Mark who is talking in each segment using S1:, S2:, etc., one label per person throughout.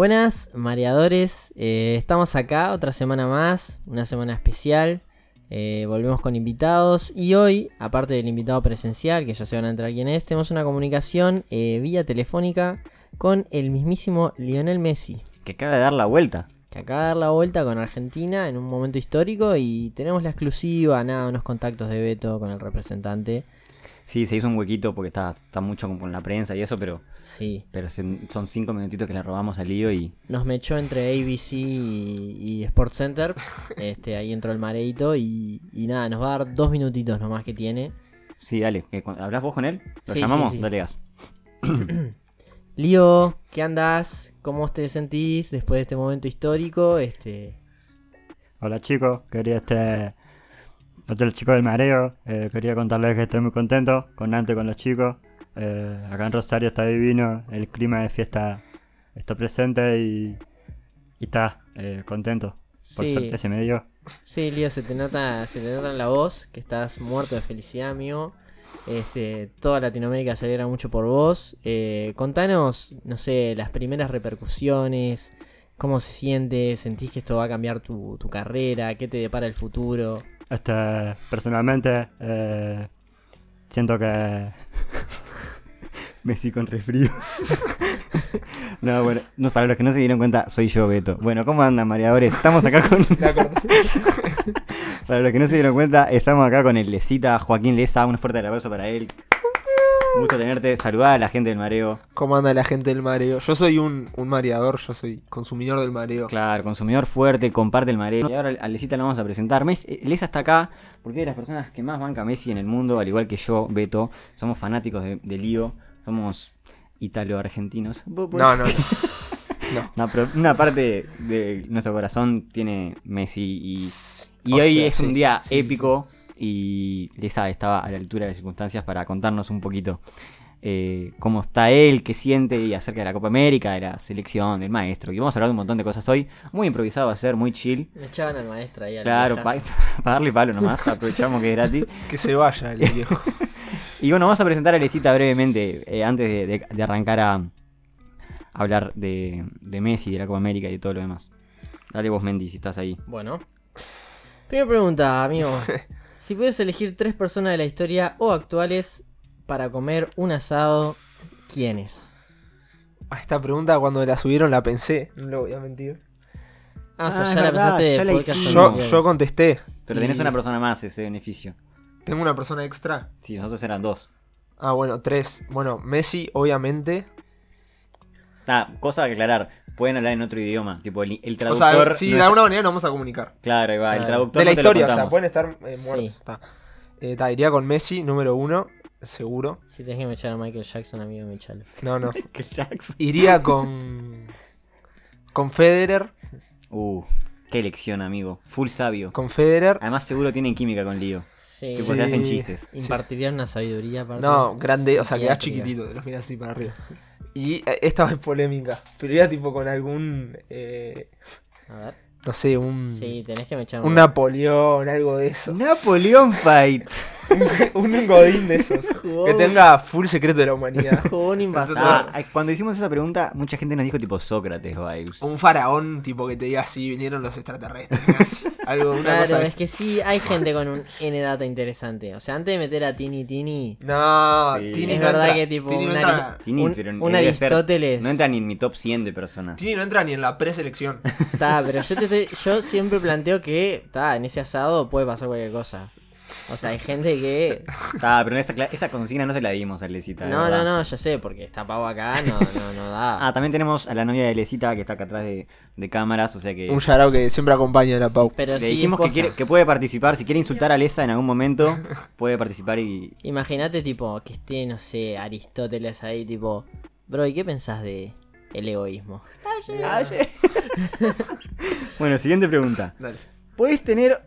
S1: Buenas, mareadores. Eh, estamos acá otra semana más, una semana especial. Eh, volvemos con invitados y hoy, aparte del invitado presencial, que ya se van a entrar quién es, tenemos una comunicación eh, vía telefónica con el mismísimo Lionel Messi,
S2: Que acaba de dar la vuelta.
S1: que acaba de dar la vuelta con Argentina en un momento histórico y tenemos la exclusiva, nada, unos contactos de Beto con el representante.
S2: Sí, se hizo un huequito porque está, está mucho con, con la prensa y eso, pero,
S1: Sí,
S2: pero se- son cinco minutitos que le robamos al lío y
S1: nos mechó entre ABC y, y Sports Center. Este, ahí entró el mareito y, y nada, nos va a dar dos minutitos nomás que tiene.
S2: sí, dale, que cu- ¿hablas vos con él? ¿Lo
S1: Sí,
S2: llamamos?
S1: sí, sí.
S2: Dale gas.
S1: Lío, ¿qué andás? ¿Cómo te sentís después de este momento histórico? Este,
S3: Hola chicos, quería este. Hola los chicos del mareo, eh, quería contarles que estoy muy contento con Nante, con los chicos. Eh, acá en Rosario está divino, el clima de fiesta está presente y. y está eh, contento. Por
S1: Sí.
S3: suerte se me dio.
S1: sí, Lío, se te nota, se te nota en la voz que estás muerto de felicidad, amigo. Este, toda Latinoamérica se alegra mucho por vos. Eh, contanos, no sé, las primeras repercusiones, cómo se siente, sentís que esto va a cambiar tu, tu carrera, qué te depara el futuro.
S3: Este, personalmente, eh, siento que.
S2: Messi con resfrío. no, bueno, no, para los que no se dieron cuenta, soy yo, Beto. Bueno, ¿cómo andan, mareadores? Estamos acá con... para los que no se dieron cuenta, estamos acá con el Lesita, Joaquín Lesa, un fuerte abrazo para él. Un gusto tenerte, saludar a la gente del mareo.
S4: ¿Cómo anda la gente del mareo? Yo soy un, un mareador, yo soy consumidor del mareo.
S2: Claro, consumidor fuerte, comparte el mareo. Y ahora a Lesita la vamos a presentar. Mes- eh, Lesa está acá porque es de las personas que más banca a Messi en el mundo, al igual que yo, Beto. Somos fanáticos de, de Lío, somos italo-argentinos. Bu- bu-
S4: No, no, no.
S2: No, pero una parte de nuestro corazón tiene Messi y, y
S4: O
S2: hoy
S4: sea,
S2: es un
S4: sí,
S2: día
S4: sí, sí,
S2: épico y Lesa estaba a la altura de las circunstancias para contarnos un poquito eh, cómo está él, qué siente y acerca de la Copa América, de la selección, del maestro. Y vamos a hablar de un montón de cosas hoy. Muy improvisado va a ser, muy chill.
S1: Me echaban al maestro ahí al
S2: Claro, para
S1: viejazo.
S2: darle palo nomás, aprovechamos que es gratis.
S4: Que se vaya el viejo.
S2: Y bueno, vamos a presentar a Lesita brevemente, eh, antes de, de- de arrancar a, a hablar de, de Messi, de la Copa América y de todo lo demás. Dale vos, Mendy, si estás ahí.
S1: Bueno. Primera pregunta, amigo. si pudieras elegir tres personas de la historia o actuales para comer un asado, ¿quiénes?
S4: A esta pregunta cuando la subieron la pensé, no lo voy a mentir.
S1: Ah, o sea,
S2: Ah,
S1: ya
S2: es
S1: la
S2: verdad,
S1: pensaste de
S2: ya la
S1: podcast
S2: hicimos.
S4: Yo,
S1: anteriores.
S4: yo contesté.
S2: Pero
S4: y
S2: tenés una persona más ese beneficio.
S4: Tengo una persona extra.
S2: Sí, nosotros eran dos.
S4: Ah, bueno, tres. Bueno, Messi, obviamente.
S2: Ah, cosa a aclarar, pueden hablar en otro idioma, tipo el, el
S4: O
S2: traductor.
S4: sea, si
S2: no
S4: de
S2: es-
S4: alguna manera nos vamos a comunicar.
S2: Claro, ahí va, el
S1: Claro.
S2: traductor.
S4: De la
S2: no te lo
S4: historia, o sea,
S2: contamos.
S4: pueden estar eh, muertos.
S1: Sí.
S4: Está. Eh, ta, iría con Messi, número uno, seguro.
S1: Si tenés que echar a Michael Jackson, amigo, me echalo.
S4: No, no.
S2: Que Jackson.
S4: Iría con. Con Federer.
S2: Uh, qué elección, amigo. Full sabio.
S4: Con Federer.
S2: Además, seguro tienen química con Lío.
S1: Sí.
S2: Tipo, se
S4: Sí.
S2: hacen chistes.
S1: Impartirían una sabiduría aparte.
S4: No, grande, o sea, quedás
S1: Psiquiátrica.
S4: chiquitito, los mirás así para arriba. Y eh, esta es polémica, pero era tipo con algún, eh,
S1: A ver.
S4: no sé, un,
S1: Sí, tenés que me echar
S4: un Napoleón, algo de eso.
S2: Napoleón Fight.
S4: un Godín de esos. que tenga full secreto de la humanidad.
S1: Jugó un invasor.
S2: Ah, ay, cuando hicimos esa pregunta, mucha gente nos dijo tipo Sócrates vibes.
S4: Un faraón tipo que te diga así, vinieron los extraterrestres. casi. algo, una
S1: Claro,
S4: cosa de
S1: es que sí, hay gente con un N data interesante. O sea, antes de meter a Tini Tini,
S4: No,
S2: Sí.
S4: Tini
S1: Es
S4: no
S1: verdad
S4: entra,
S1: que tipo
S4: Tini no
S1: una-
S4: entra,
S2: Tini,
S1: un-
S2: pero
S1: un
S2: debe ser-
S1: Aristóteles.
S2: no entra ni en mi top 100 de personas.
S4: Tini no entra ni en la preselección.
S1: Ta, pero yo te estoy- yo siempre planteo que ta, en ese asado puede pasar cualquier cosa. O sea, hay gente que.
S2: Ah, pero esa, cla- esa consigna no se la dimos a Lesita. de
S1: No,
S2: verdad.
S1: no, no, ya sé, porque está pavo acá, no, no, no da.
S2: Ah, también tenemos a la novia de Lesita que está acá atrás de, de cámaras, o sea que.
S4: un yarao que siempre acompaña a la Pau.
S1: Pero
S2: le
S1: sí,
S2: dijimos que,
S1: posta.
S2: quiere- que puede participar. Si quiere insultar a Lesa en algún momento, puede participar y.
S1: Imagínate, tipo, que esté, no sé, Aristóteles ahí, tipo, bro, ¿y qué pensás de el egoísmo?
S2: Bueno, siguiente pregunta.
S4: Dale.
S2: ¿Puedes tener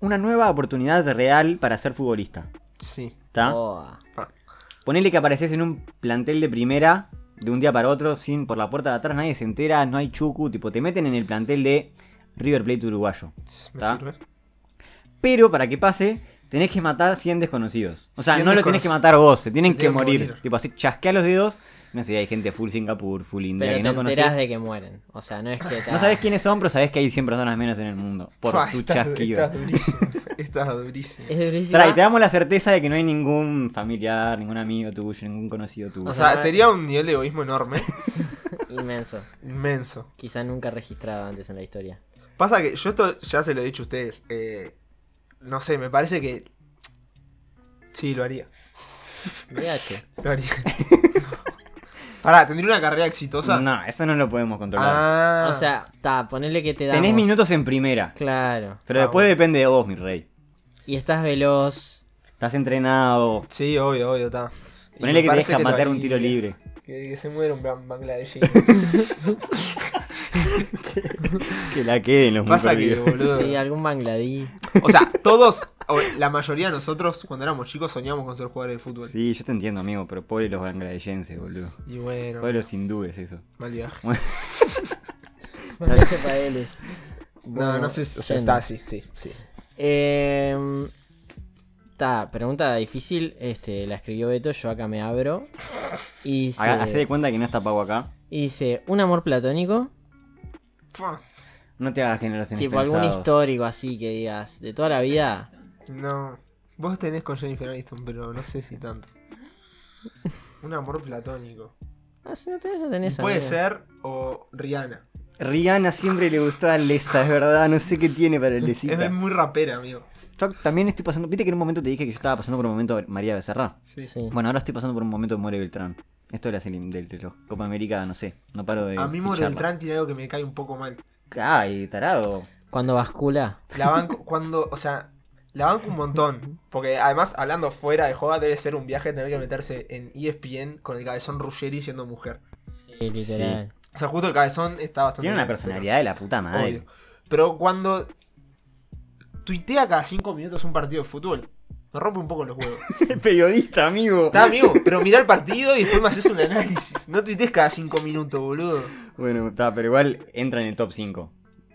S2: una nueva oportunidad real para ser futbolista?
S4: Sí.
S2: ¿Está?
S1: Oh,
S2: Ponele que apareces en un plantel de primera de un día para otro, sin por la puerta de atrás nadie se entera, no hay chucu, tipo te meten en el plantel de River Plate uruguayo.
S4: ¿Me
S2: ¿Está?
S4: sirve?
S2: Pero para que pase, tenés que matar 100 desconocidos. O sea,
S4: 100
S2: no lo tenés que
S4: desconocidos.
S2: matar vos, se tienen
S4: Se
S2: que
S4: tienen que
S2: morir.
S4: morir.
S2: Tipo así, chasquea los dedos No sé, hay gente full Singapur, full India
S1: Pero
S2: que
S1: te
S2: no
S1: enterás
S2: conoces.
S1: de que mueren. O sea, no es que. ta-
S2: No sabes quiénes son, pero sabes que hay 100 personas menos en el mundo. Por
S4: Fua,
S2: tu
S4: estás-
S2: chasquido.
S4: Estás durísimo. Estás durísimo.
S1: Es durísima.
S2: Pará, y te damos la certeza de que no hay ningún familiar, ningún amigo tuyo, ningún conocido tuyo.
S4: O sea,
S1: Ajá.
S4: sería un nivel de egoísmo enorme,
S1: Inmenso.
S4: inmenso.
S1: Quizá nunca registrado antes en la historia.
S4: Pasa que yo esto ya se lo he dicho a ustedes. eh, no sé, me parece que. Sí, lo haría.
S1: VH.
S4: Lo haría. Pará, ¿tendría una carrera exitosa?
S2: no, eso no lo podemos controlar.
S4: Ah,
S1: O sea, ta, ponele que te damos.
S2: Tenés minutos en primera,
S1: Claro.
S2: pero
S4: Ah,
S2: después
S4: bueno.
S2: depende de vos, mi rey.
S1: Y estás veloz.
S2: Estás entrenado.
S4: Sí, obvio, obvio, está. Y me
S2: Ponele que te
S4: parece
S2: deja
S4: lo
S2: matar un
S4: haría.
S2: tiro libre.
S4: Que, que se muera un ban- Bangladeshi.
S2: Que la queden los
S4: Pasa que,
S2: microorganismos.
S4: boludo.
S1: Sí, algún Bangladí.
S4: O sea, todos, o la mayoría de nosotros, cuando éramos chicos, soñamos con ser jugadores de fútbol.
S2: Sí, yo te entiendo, amigo, pero pobre los bangladeyenses, boludo.
S4: Y bueno,
S2: Pobre los hindúes, eso.
S4: mal viaje.
S1: Bangladesh para él es.
S4: No, no sé, si- o sea, está así, sí, sí.
S1: Eh, ta, pregunta difícil. Este, la escribió Beto, yo acá me abro. Y dice,
S2: Haga- Hacé de cuenta que no está pago acá.
S1: y dice, un amor platónico.
S4: Fua,
S2: No te hagas generaciones
S1: Tipo algún histórico así que digas, de toda la vida.
S4: No. Vos tenés con Jennifer Aniston, pero no sé si tanto. Un amor platónico.
S1: Ah, si no tenés, no tenés
S4: Puede
S1: amigo.
S4: ser o Rihanna.
S2: Rihanna siempre le gustaba Lesa, es verdad. No sé qué tiene para el
S4: Es, es
S2: Lesita.
S4: muy rapera, amigo.
S2: Yo también estoy pasando... Viste que en un momento te dije que yo estaba pasando por un momento de María Becerra.
S4: Sí.
S1: Sí.
S2: Bueno, ahora estoy pasando por un momento de More Beltrán. Esto de la selim- del- de los Copa América, no sé. No paro de
S4: A mí Moro
S2: ficharla.
S4: Beltrán tiene algo que me cae un poco mal.
S2: Ay, tarado.
S1: Cuando bascula.
S4: La banco cuando, o sea, la banco un montón. Porque además, hablando fuera de joda, debe ser un viaje tener que meterse en E ESPN con el cabezón Ruggeri siendo mujer.
S1: Sí, literal.
S4: O sea, justo el cabezón está bastante.
S2: Tiene una
S4: bien,
S2: personalidad de la puta
S4: pero-
S2: madre.
S4: obvio. Pero cuando tuitea cada cinco minutos un partido de fútbol, me rompe un poco los huevos.
S2: periodista, amigo.
S4: Está amigo, pero mirá el partido y después me haces un análisis. No tuitees cada cinco minutos, boludo.
S2: Bueno, está, pero igual entra en el top 5.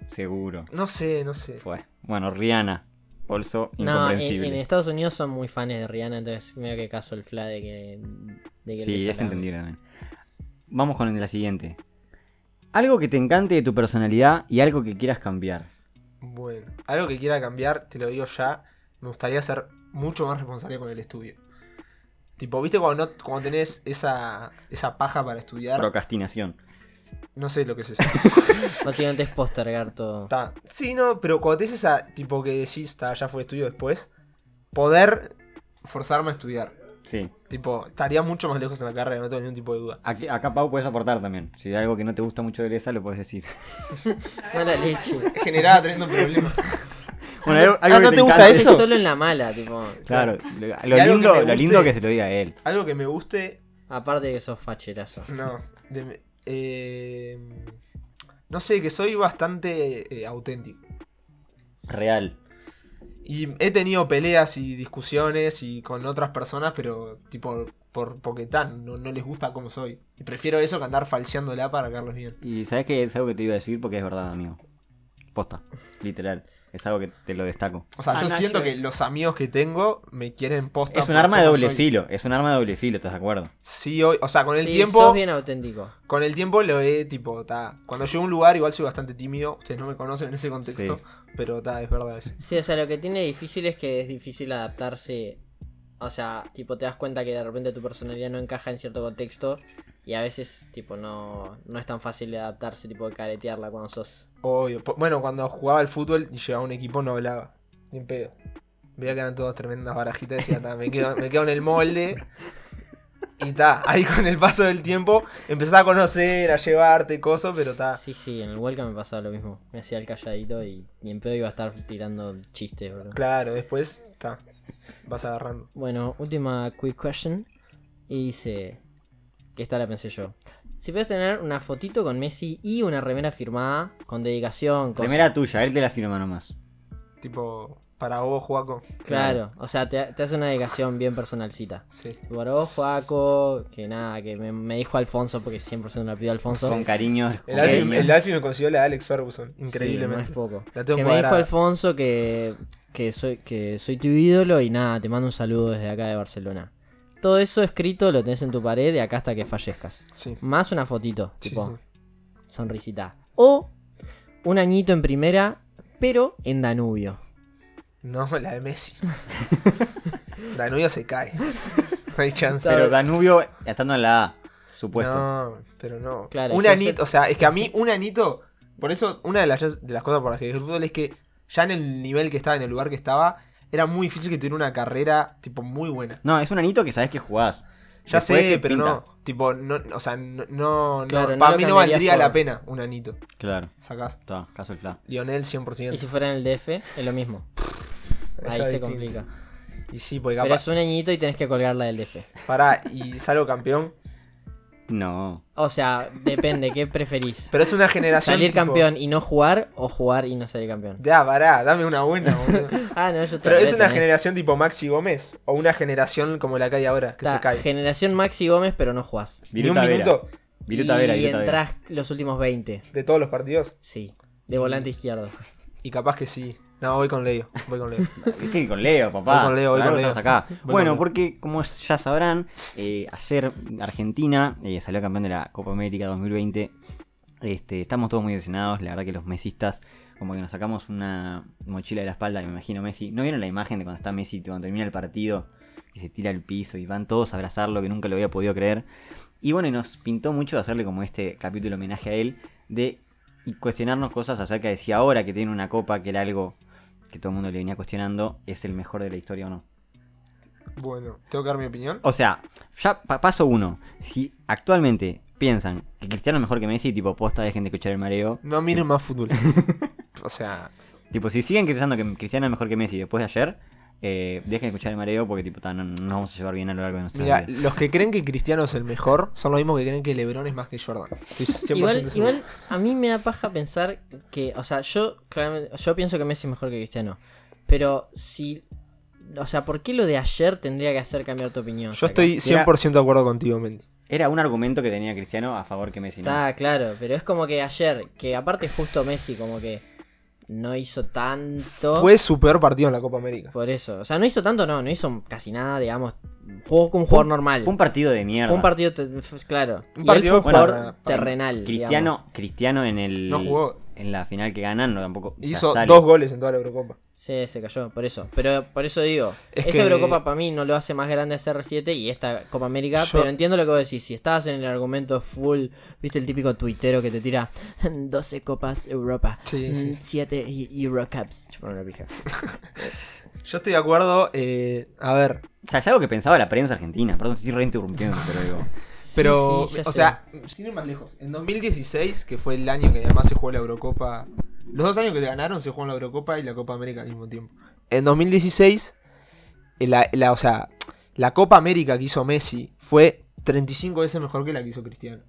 S2: Seguro.
S4: No sé, no sé.
S2: Fue. Bueno, Rihanna. Also
S1: No, eh, en, en
S2: incomprensible.
S1: Estados Unidos son muy fans de Rihanna, entonces medio que caso el fla de que. de que le
S2: sí, es
S1: sacan.
S2: entendible también. Vamos con la siguiente. Algo que te encante de tu personalidad y algo que quieras cambiar.
S4: Bueno, algo que quiera cambiar, te lo digo ya. Me gustaría ser mucho más responsable con el estudio. Tipo, ¿viste cuando, no, cuando tenés esa, esa paja para estudiar?
S2: Procrastinación.
S4: No sé lo que es eso.
S1: Básicamente es postergar todo.
S4: Ta. Sí, no, pero cuando tenés esa, tipo, que decís, "Ta, ya fue estudio después, poder forzarme a estudiar.
S2: Sí.
S4: Tipo, estaría mucho más lejos en la carrera, no tengo ningún tipo de duda.
S2: Aquí- acá, Pau, puedes aportar también. Si hay algo que no te gusta mucho de Lesa, lo puedes decir.
S1: Mala leche.
S4: Generaba tremendo problema.
S2: Bueno, algo, algo
S4: Ah,
S2: que
S4: ¿no te gusta
S2: encante-
S4: eso?
S1: Solo en la mala, tipo.
S2: Claro. Lo, lo
S4: Y algo
S2: lindo,
S4: que me
S2: lo lindo
S4: guste.
S2: que se lo diga a él.
S4: Algo que me guste
S1: Aparte de que sos facherazo.
S4: No, de me- eh, no sé, que soy bastante eh, auténtico.
S2: Real.
S4: Y he tenido peleas y discusiones y con otras personas, pero tipo por porque tan, no, no les gusta como soy. Y prefiero eso que andar falseándola para Carlos bien.
S2: Y sabes que es algo que te iba a decir porque es verdad, amigo. Posta. Literal. Es algo que te lo destaco.
S4: O sea,
S2: Ah,
S4: yo
S2: no,
S4: siento
S2: yo-
S4: que los amigos que tengo me quieren posta.
S2: Es un
S4: por
S2: arma de
S4: cómo
S2: doble
S4: soy.
S2: filo. Es un arma de doble filo, ¿estás de acuerdo?
S4: Sí, hoy, o sea, con el
S1: Sí,
S4: tiempo.
S1: Sos bien auténtico.
S4: Con el tiempo lo he tipo, ta. Cuando llego a un lugar, igual soy bastante tímido. Ustedes no me conocen en ese contexto.
S2: Sí.
S4: Pero ta, es verdad eso.
S1: Sí, o sea, lo que tiene difícil es que es difícil adaptarse. O sea, tipo, te das cuenta que de repente tu personalidad no encaja en cierto contexto. Y a veces, tipo, no, no es tan fácil de adaptarse, tipo, de caretearla cuando sos.
S4: Obvio. Po- Bueno, cuando jugaba al fútbol y llegaba un equipo no hablaba. Ni en pedo. Veía que eran todas tremendas barajitas y decía, "Ta, me quedo, me quedo en el molde. Y ta, ahí con el paso del tiempo empezás a conocer, a llevarte cosas, pero ta.
S1: Sí, sí, en el Welcome me pasaba lo mismo. Me hacía el calladito y, y en pedo iba a estar tirando chistes, bro.
S4: Claro, después ta. Vas agarrando.
S1: Bueno, última quick question. Y dice. Que esta la pensé yo. Si puedes tener una fotito con Messi y una remera firmada, con dedicación, con.
S2: Primera tuya, él te la firma nomás.
S4: Tipo, para vos, Juaco.
S1: Claro, o sea, te, te hace una dedicación bien personalcita.
S4: Sí.
S1: Tipo, Para vos, Joaco, que nada, que me, me dijo Alfonso porque 100% me la pidió Alfonso.
S2: Son cariños.
S4: El Alfie,
S2: con-
S4: el Alfie me consiguió la de Alex Ferguson,
S1: Sí, no es
S4: increíblemente.
S1: poco.
S4: La tengo
S1: Que me dijo
S4: cuadrada.
S1: Alfonso que, que, soy, que soy tu ídolo y nada, te mando un saludo desde acá de Barcelona. Todo eso escrito lo tenés en tu pared de acá hasta que fallezcas.
S4: Sí.
S1: Más una fotito,
S4: Sí,
S1: tipo,
S4: sí.
S1: sonrisita. O un añito en primera, pero en Danubio.
S4: No, la de Messi. Danubio se cae. No hay chance.
S2: Pero Danubio estando en la A, supuesto.
S4: No, pero no.
S1: Claro,
S4: un
S1: eso es-
S4: anito, o sea, es que a mí un anito, por eso una de las, de las cosas por las que dejé el fútbol es que ya en el nivel que estaba, en el lugar que estaba, era muy difícil que tuviera una carrera tipo muy buena.
S2: No, es un anito que sabés que jugás.
S4: Ya
S2: Después
S4: sé,
S2: que
S4: pero
S2: pinta.
S4: no, tipo, no, o sea, no, no, no,
S1: Claro, no
S4: para
S1: lo
S4: mí no
S1: cambiarías
S4: valdría
S1: por-
S4: la pena un anito,
S2: Claro,
S4: sacás.
S2: está, caso el fla.
S4: Lionel
S1: Y
S4: 100%.
S1: si fuera en el DF, es lo mismo.
S4: Esa
S1: Ahí
S4: es
S1: se
S4: distinta.
S1: complica.
S4: Y sí, porque
S1: Pero
S4: capaz,
S1: es un añito y tenés que colgarla del DF.
S4: pará, y salgo campeón.
S2: No.
S1: O sea, depende, ¿qué preferís?
S4: Pero es una generación
S1: ¿Salir
S4: tipo,
S1: campeón y no jugar o jugar y no salir campeón?
S4: Ya, pará, dame una buena, boludo.
S1: Ah, no, yo te
S4: Pero es una
S1: retenés.
S4: generación tipo Maxi Gómez o una generación como la que hay ahora, que
S1: Ta,
S4: se cae.
S1: Generación Maxi Gómez, pero no jugás.
S4: Ni un
S2: Viruta Vera.
S4: minuto
S2: Viruta
S1: y
S2: Vera, Viruta Vera.
S1: entrás los últimos 20,
S4: de todos los partidos.
S1: sí. De volante izquierdo.
S4: Y capaz que sí. No, voy con Leo. Voy con Leo.
S2: Es que con Leo, papá.
S4: Voy con Leo, voy
S2: Claro,
S4: con Leo.
S2: estamos acá.
S4: con
S2: bueno,
S4: Leo.
S2: porque como ya sabrán, eh, ayer Argentina eh, salió campeón de la Copa América 2020. Este, estamos todos muy emocionados. La verdad que los mesistas, como que nos sacamos una mochila de la espalda, me imagino Messi. ¿No vieron la imagen de cuando está Messi cuando termina el partido? Que se tira al piso y van todos a abrazarlo, que nunca lo había podido creer. Y bueno, y nos pintó mucho hacerle como este capítulo homenaje a él de y cuestionarnos cosas acerca de si ahora que tiene una copa, que era algo que todo el mundo le venía cuestionando, es el mejor de la historia o no.
S4: bueno, ¿tengo que dar mi opinión?
S2: O sea, ya pa- paso uno. Si actualmente piensan que Cristiano es mejor que Messi, tipo posta, dejen de escuchar el mareo.
S4: No miren más fútbol. o sea,
S2: Tipo, si siguen pensando que Cristiano es mejor que Messi después de ayer, eh, dejen de escuchar el mareo porque tipo, ta, no, no nos vamos a llevar bien a lo largo de nuestra
S4: mira,
S2: vida.
S4: los que creen que Cristiano es el mejor son los mismos que creen que LeBron es más que Jordan. Estoy 100%
S1: Igual,
S4: seguro.
S1: igual a mí me da paja pensar que, o sea, yo claramente, yo pienso que Messi es mejor que Cristiano. Pero si, o sea, ¿por qué lo de ayer tendría que hacer cambiar tu opinión?
S4: Yo
S1: Saca?
S4: estoy 100% de acuerdo contigo, Mendy.
S2: Era un argumento que tenía Cristiano a favor que Messi no.
S1: Está Ah, claro, pero es como que ayer, que aparte justo Messi como que no hizo tanto.
S4: Fue su peor partido en la Copa América.
S1: Por eso. O sea, no hizo tanto, no, no hizo casi nada, digamos. Jugó como un jugador normal.
S2: Fue un partido de mierda.
S1: Fue un partido, te- fue- claro. y él fue
S4: Un partido
S1: un
S4: bueno,
S1: jugador
S4: para-
S1: terrenal. digamos.
S2: Cristiano, Cristiano en el
S4: No jugó.
S2: en la final que ganan, no tampoco. o sea,
S4: Hizo
S2: sale.
S4: dos goles en toda la Eurocopa.
S1: Sí, se cayó, por eso. Pero por eso digo,
S4: Es
S1: esa
S4: que-
S1: Eurocopa para mí no lo hace más grande a CR7 y esta Copa América,
S4: Yo-
S1: pero entiendo lo que vos decís. Si estabas en el argumento full, viste el típico tuitero que te tira 12 Copas Europa, mm,
S4: Sí, sí.
S1: 7 Eurocups. Chupame la pija.
S4: Yo estoy de acuerdo. eh, a ver,
S2: O sea, es algo que pensaba la prensa argentina. Perdón, estoy reinterrumpiendo, pero digo.
S1: Sí,
S4: Pero,
S1: sí, ya
S4: o
S1: sé.
S4: sea, sin ir más lejos, en 2016, que fue el año que además se jugó la Eurocopa, los dos años que ganaron se jugó la Eurocopa y la Copa América al mismo tiempo. En 2016, eh, la, la- o sea, la Copa América que hizo Messi fue 35 veces mejor que la que hizo Cristiano.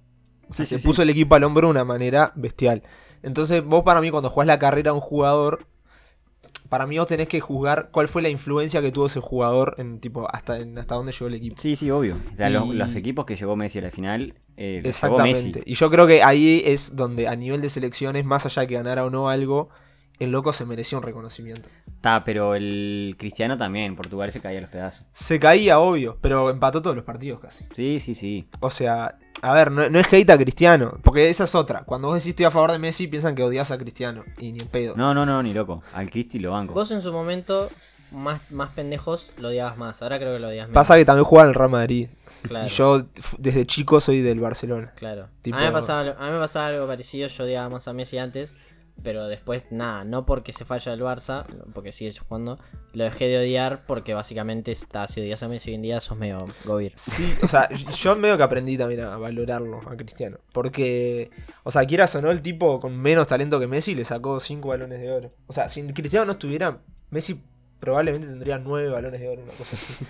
S4: O sea,
S2: Sí,
S4: se
S2: sí, sí.
S4: puso el equipo al hombro de una manera bestial. Entonces, vos para mí, cuando jugás la carrera a un jugador, para mí vos tenés que juzgar cuál fue la influencia que tuvo ese jugador en tipo hasta, en, hasta dónde llegó el equipo.
S2: Sí, sí, obvio. O sea, los,
S4: Y-
S2: los equipos que llevó Messi a la final, eh, los llevó Messi.
S4: Exactamente. Y yo creo que ahí es donde a nivel de selecciones, más allá de que ganara o no algo, el loco se merecía un reconocimiento.
S2: Está, pero el Cristiano también, Portugal se caía a los pedazos.
S4: Se caía, obvio, pero empató todos los partidos casi.
S2: Sí, sí, sí.
S4: O sea, a ver, no, no es hate a Cristiano, porque esa es otra. Cuando vos decís estoy a favor de Messi, piensan que odias a Cristiano. Y ni en pedo.
S2: No, no, no, ni loco. Al Cristi lo banco.
S1: Vos en su momento, más, más pendejos, lo odiabas más. Ahora creo que lo odias menos.
S4: Pasa que también juega en el Real Madrid.
S1: Claro,
S4: Y yo f- desde chico soy del Barcelona.
S1: claro.
S4: tipo-
S1: A, mí me pasaba, lo- a mí me pasaba algo parecido, yo odiaba más a Messi antes, pero después, nada, no porque se falla el Barça, porque sigue jugando, lo dejé de odiar porque básicamente está, si odias a Messi hoy en día sos medio gobir.
S4: Sí, o sea, y- yo medio que aprendí también a valorarlo a Cristiano. Porque, o sea, quieras o no, el tipo con menos talento que Messi le sacó 5 balones de oro. O sea, si Cristiano no estuviera, Messi probablemente tendría 9 balones de oro, una cosa así.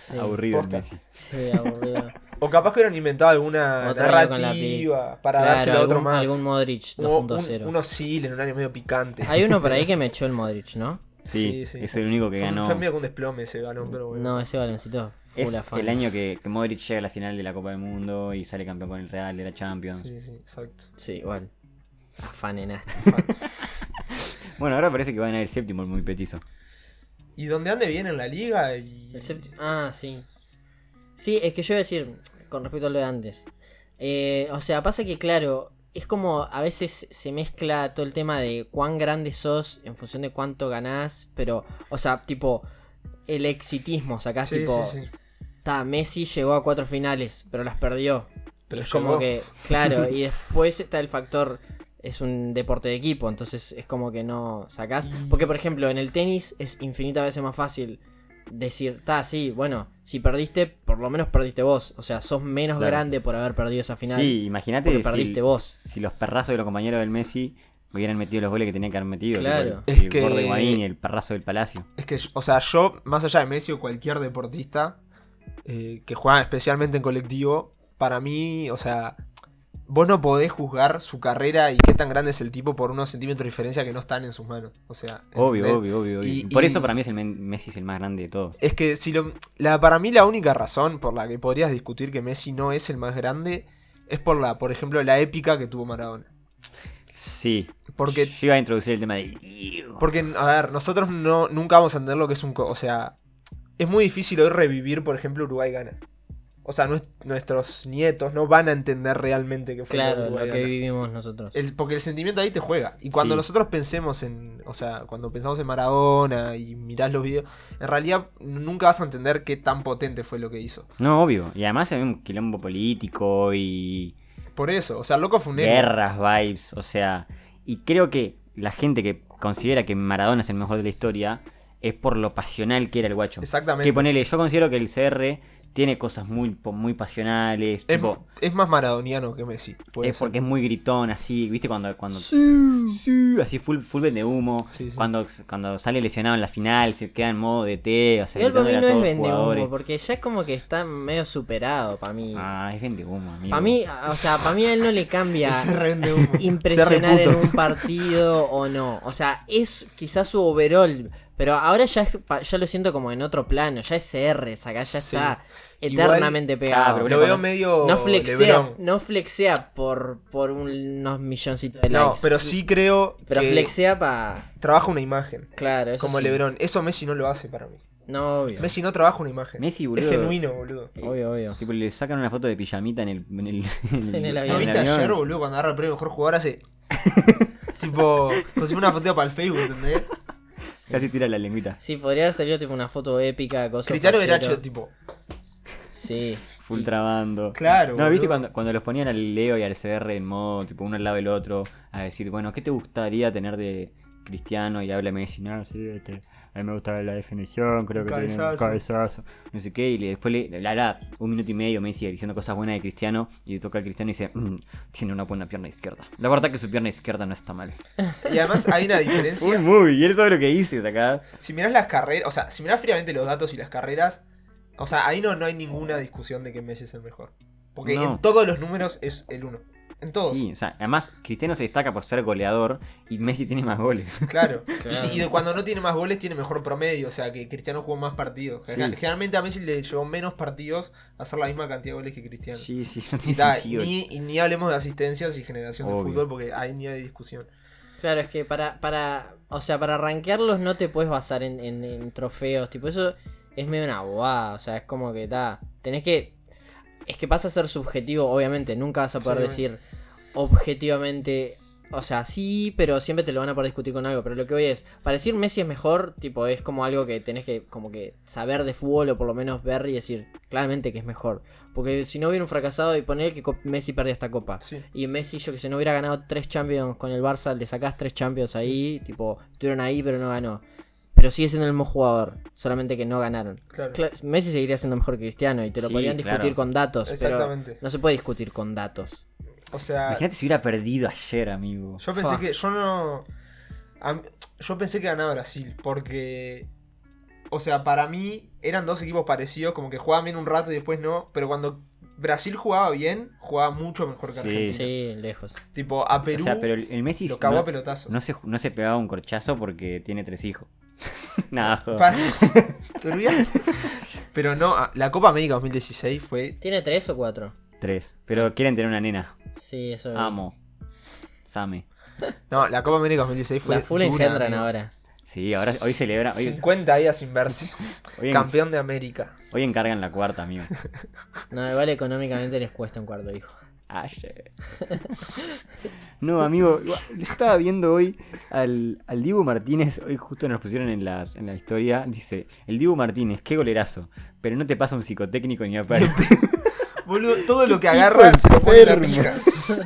S1: Sí,
S2: Aburrido el
S4: posta.
S2: Messi.
S1: sí, aburrido.
S4: O capaz que hubieran inventado alguna
S1: Otro año con la
S4: narrativa para
S1: Claro,
S4: dárselo a otro
S1: algún-
S4: más.
S1: Algún Modric
S4: O un-
S1: 2.0.
S4: unos Siles, un año medio picante.
S1: Hay uno por ahí que me echó el Modric, ¿no?
S2: Sí, es el único que
S4: Fue-
S2: ganó.
S4: Fue medio que un desplome ese balón, pero bueno.
S1: No, ese baloncito. full
S2: Es
S1: afán.
S2: el año que, que Modric llega a la final de la Copa del Mundo y sale campeón con el Real de la Champions.
S4: Sí, sí, exacto.
S1: Sí, igual. Afanenaste.
S2: Bueno, ahora parece que va a ganar el séptimo, el muy petizo.
S4: Y donde ande bien en la liga y...
S1: El séptimo- Ah, sí. Sí, es que yo iba a decir, con respecto a lo de antes. eh, o sea, pasa que, claro, es como a veces se mezcla todo el tema de cuán grande sos en función de cuánto ganás, pero, o sea, tipo, el exitismo, sacás
S4: Sí,
S1: Ah, tipo,
S4: sí, sí.
S1: Ta, Messi llegó a cuatro finales, pero las perdió.
S4: Pero
S1: Y es
S2: Pues
S1: como
S4: llegó.
S1: que, claro, y después está el factor, es un deporte de equipo, entonces es como que no sacás. Porque, por ejemplo, en el tenis es infinitas veces más fácil decir, ta, sí, bueno, si perdiste, por lo menos perdiste vos. O sea, sos menos
S2: Claro.
S1: grande por haber perdido esa final.
S2: Sí, imagínate
S1: porque
S2: si,
S1: perdiste vos.
S2: si los perrazos de los compañeros del Messi hubieran metido los goles que tenían que haber metido. tipo
S1: Claro.
S2: El, el
S4: Es que-
S2: gordo Higuaín y el perrazo del Palacio.
S4: Es que, o sea, yo, más allá de Messi o cualquier deportista eh, que juega especialmente en colectivo, para mí, o sea, vos no podés juzgar su carrera y qué tan grande es el tipo por unos centímetros de diferencia que no están en sus manos. O sea,
S2: Obvio,
S4: ¿entendés?
S2: obvio, obvio, obvio.
S4: Y-
S2: Por
S4: y-
S2: eso para mí es el men- Messi es el más grande de todos.
S4: Es que si lo, la, para mí la única razón por la que podrías discutir que Messi no es el más grande es por la, por ejemplo, la épica que tuvo Maradona.
S2: Sí.
S4: Porque
S2: Yo iba a introducir el tema de Diego.
S4: Porque, a ver, nosotros no, nunca vamos a entender lo que es un... co- O sea, es muy difícil hoy revivir, por ejemplo, Uruguay gana. O sea, nues- nuestros nietos no van a entender realmente que fue
S1: Claro, lo
S4: Uruguay
S1: que
S4: gana.
S1: vivimos nosotros.
S4: El- porque el sentimiento ahí te juega. Y cuando
S2: Sí.
S4: nosotros pensemos en... O sea, cuando pensamos en Maradona y mirás los videos, en realidad nunca vas a entender qué tan potente fue lo que hizo.
S2: No, obvio. Y además había un quilombo político y
S4: Por eso, o sea, loco fue un héroe.
S2: guerras, vibes. O sea, y creo que la gente que considera que Maradona es el mejor de la historia es por lo pasional que era el guacho.
S4: Exactamente.
S2: Que ponele, yo considero que el CR tiene cosas muy, po- muy pasionales.
S4: Es,
S2: tipo,
S4: es más maradoniano que Messi. puede
S2: es
S4: ser.
S2: porque es muy gritón, así, ¿viste? Cuando, cuando Sí, así full, full vende humo.
S4: Sí, sí.
S2: Cuando, cuando sale lesionado en la final, se queda en modo DT, o sea,
S1: Igual para mí
S2: gritándole a
S1: no es
S2: todos los
S1: vende
S2: jugadores.
S1: humo, porque ya es como que está medio superado para mí.
S2: Ah, es vende humo, amigo.
S1: para mí, o sea, para mí a él no le cambia.
S4: Se revende humo.
S1: impresionar
S4: Se
S1: en
S4: reputo.
S1: un partido o no. O sea, es quizás su overall, pero ahora ya, es pa- ya lo siento como en otro plano. Ya es CR, acá ya
S4: Sí.
S1: está
S4: Igual- oh,
S1: eternamente
S2: Ah,
S1: pegado.
S2: pero
S4: Lo veo medio...
S1: no flexea,
S4: Lebrón.
S1: no flexea por, por un- unos milloncitos de
S4: No,
S1: likes.
S4: pero sí creo
S1: Pero
S4: que
S1: flexea para.
S4: trabaja una imagen.
S1: Claro, eso
S4: como
S1: sí.
S4: Lebron. Eso Messi no lo hace para mí.
S1: No, obvio.
S4: Messi no trabaja una imagen.
S2: Messi, boludo.
S4: Es genuino, boludo.
S1: Obvio, obvio.
S2: Tipo, le sacan una foto de pijamita en el, en el,
S1: En el
S4: ¿No
S1: avión.
S4: viste ayer, boludo, cuando agarra el premio mejor jugador hace... tipo, como si fuera una foto para el Facebook, ¿entendés?
S2: Casi tira la lengüita.
S1: Sí, podría haber salido tipo una foto épica, cosa.
S4: Cristiano
S1: fachero.
S4: hubiera hecho, tipo...
S1: Sí.
S2: Full trabando.
S4: Claro,
S2: No, viste
S4: boludo.
S2: cuando, cuando los ponían al Leo y al CR en modo, tipo, uno al lado del otro, a decir, bueno, ¿qué te gustaría tener de Cristiano? Y habla Messi, no,
S3: No, sí, este, a mí me gusta la definición, creo que tiene un
S4: Cabezazo.
S3: cabezazo.
S2: no sé qué, y le- después le, le hará un minuto y medio Messi diciendo cosas buenas de Cristiano, y le toca al Cristiano y dice, "Mm, tiene una buena pierna izquierda. La verdad que su pierna izquierda no está mal.
S4: Y además hay una
S2: Uy,
S4: diferencia.
S2: muy, y él todo lo que dices acá.
S4: si mirás las carreras... O sea, si mirás fríamente los datos y las carreras... O sea, ahí no, no hay ninguna discusión de que Messi es el mejor. Porque
S2: No.
S4: en todos los números es el uno. En todos.
S2: Sí, o sea, además Cristiano se destaca por ser goleador y Messi tiene más goles.
S4: Claro. Y, si-
S1: Claro.
S4: y de cuando no tiene más goles, tiene mejor promedio. O sea, que Cristiano jugó más partidos.
S2: Sí.
S4: Gen- Generalmente a Messi le llevó menos partidos a hacer la misma cantidad de goles que Cristiano.
S2: Sí, sí, no
S4: Y,
S2: tiene
S4: ta,
S2: sentido.
S4: ni, y ni hablemos de asistencias y generación de
S2: Obvio.
S4: fútbol porque ahí ni hay discusión.
S1: Claro, es que para, para, o sea, para rankearlos no te puedes basar en, en- en trofeos, tipo, eso es medio una bobada, o sea, es como que está, tenés que, es que pasa a ser subjetivo, obviamente, nunca vas a poder
S4: Sí.
S1: decir objetivamente, o sea, sí, pero siempre te lo van a poder discutir con algo, pero lo que voy es, para decir Messi es mejor, tipo, es como algo que tenés que, como que, saber de fútbol o por lo menos ver y decir claramente que es mejor, porque si no hubiera un fracasado y poner que co- Messi perdió esta copa,
S4: Sí.
S1: y Messi, yo que sé, no hubiera ganado tres Champions con el Barça, le sacás tres Champions ahí, tipo, estuvieron ahí pero no ganó. Pero sigue siendo el mismo jugador, solamente que no ganaron.
S4: Claro.
S1: Cla- Messi seguiría siendo mejor que Cristiano y te lo
S2: Sí,
S1: podrían discutir
S2: claro.
S1: con datos, pero
S4: Exactamente.
S1: no se puede discutir con datos.
S4: O sea,
S2: Imagínate si hubiera perdido ayer, amigo.
S4: yo pensé
S1: Fa.
S4: que. Yo no. a- yo pensé que ganaba Brasil porque. O sea, para mí eran dos equipos parecidos, como que jugaban bien un rato y después no. Pero cuando Brasil jugaba bien, jugaba mucho mejor que
S2: Sí.
S4: Argentina.
S1: Sí, lejos.
S4: Tipo, a
S2: o
S4: Perú
S2: sea, pero el el Messi
S4: lo cagó
S2: no,
S4: a pelotazo.
S2: no se, no se pegaba un corchazo porque tiene tres hijos. Nada, joder.
S4: Pa- ¿Te olvidas? Pero no, a- la Copa América 2016 fue.
S1: ¿Tiene tres o cuatro?
S2: Tres. Pero quieren tener una nena.
S1: Sí,
S4: Eh.
S1: eso.
S2: Amo. Same.
S4: No, la Copa América 2016 fue.
S1: La full
S4: dura,
S1: engendran
S4: amigo.
S1: ahora.
S2: Sí, ahora hoy celebra. Hoy,
S4: 50 días sin verse.
S2: hoy en-
S4: Campeón de América.
S2: hoy encargan la cuarta, amigo.
S1: No, igual económicamente les cuesta un cuarto hijo.
S2: Ayer. No, amigo, igual, yo estaba viendo hoy al, al Dibu Martínez, hoy justo nos pusieron en, las, en la historia, dice, el Dibu Martínez, qué golerazo, pero no te pasa un psicotécnico ni aparte.
S4: Boludo, todo lo que agarra se lo pone en la pija.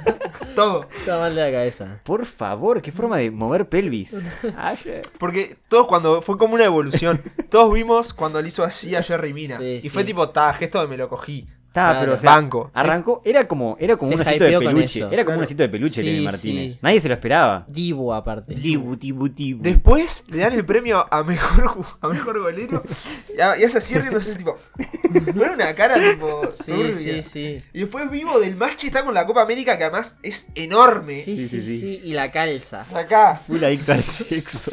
S4: todo.
S1: Está mal de la cabeza.
S2: Por favor, qué forma de mover pelvis.
S1: Ah,
S2: Ayer.
S4: Porque todos cuando. Fue como una evolución. Todos vimos cuando le hizo así a Jerry Mina.
S1: Sí,
S4: y
S1: sí.
S4: fue tipo, ta, gesto de me lo cogí.
S2: Está,
S1: Claro.
S2: pero o sea,
S4: Banco.
S2: arrancó, era como, era como
S1: Se
S2: un osito de
S1: hypeó con
S2: peluche,
S1: eso.
S2: era como un
S4: Claro.
S2: osito de peluche el
S1: Sí,
S2: Dibu Martínez.
S1: sí.
S2: Nadie se lo esperaba.
S1: Dibu aparte.
S2: Dibu, Dibu, Dibu.
S4: Después le dan el premio a mejor, ju- a mejor golero. Y, a- y hace así riéndose, tipo. Fue una cara tipo.
S1: Sí,
S4: turbia.
S1: sí, sí.
S4: Y después vivo del Machi está con la Copa América, que además es enorme.
S1: Sí,
S2: Sí,
S1: sí,
S2: sí, sí.
S1: sí. Y la calza.
S4: Acá.
S2: Full adicto al sexo.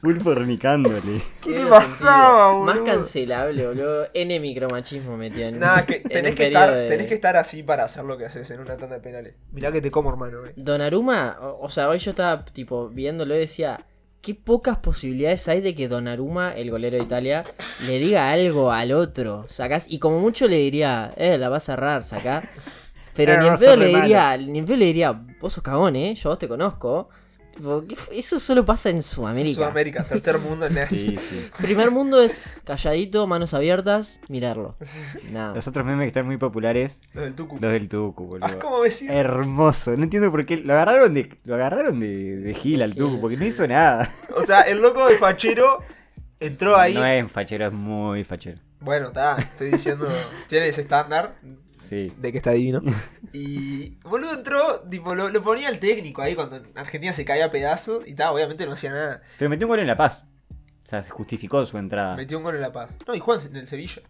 S2: Full fornicándole.
S4: ¿Qué
S1: Tiene
S4: le pasaba,
S1: sentido. Más
S4: boludo?
S1: cancelable, boludo. N micromachismo metió en.
S4: Nada,
S1: en
S4: que
S1: un
S4: tenés que,
S1: periodo
S4: estar,
S1: de-
S4: tenés que estar así para hacer lo que haces en una tanda de penales. Mirá que te como, hermano. eh.
S1: Donnarumma, o, o sea, hoy yo estaba tipo viéndolo y decía, qué pocas posibilidades hay de que Donnarumma, el golero de Italia, le diga algo al otro, sacás, y como mucho le diría, eh, la vas a cerrar, sacá. Pero
S3: Eh,
S1: ni en
S3: vos
S1: pedo
S3: sos
S1: le
S3: re malo.
S1: diría, ni en pedo le diría, vos sos cagón, eh, yo a vos te conozco. Tipo, ¿qué fue? Eso solo pasa en Sudamérica.
S4: Sudamérica, tercer mundo en Asia.
S2: Sí, sí.
S1: Primer mundo es calladito, manos abiertas, mirarlo. Nada.
S2: Los otros memes que están muy populares,
S4: Lo del Tucu.
S2: los del Tucu,
S4: Ah,
S2: boludo.
S4: ¿cómo decir?
S1: Eh.
S2: Hermoso. No entiendo por qué. Lo agarraron de, lo agarraron de, de Gil al Tucu, porque no hizo nada.
S4: O sea, el loco de fachero entró ahí.
S2: No es fachero, es muy fachero.
S4: Bueno, está, estoy diciendo. tiene ese estándar
S2: Sí.
S4: de que está divino. Y boludo entró, tipo, lo, lo ponía el técnico ahí cuando Argentina se caía a pedazos. Y está, obviamente no hacía nada.
S2: Pero metió un gol en La Paz. O sea, se justificó su entrada
S4: Metió un gol en La Paz. No, y Juan en el Sevilla.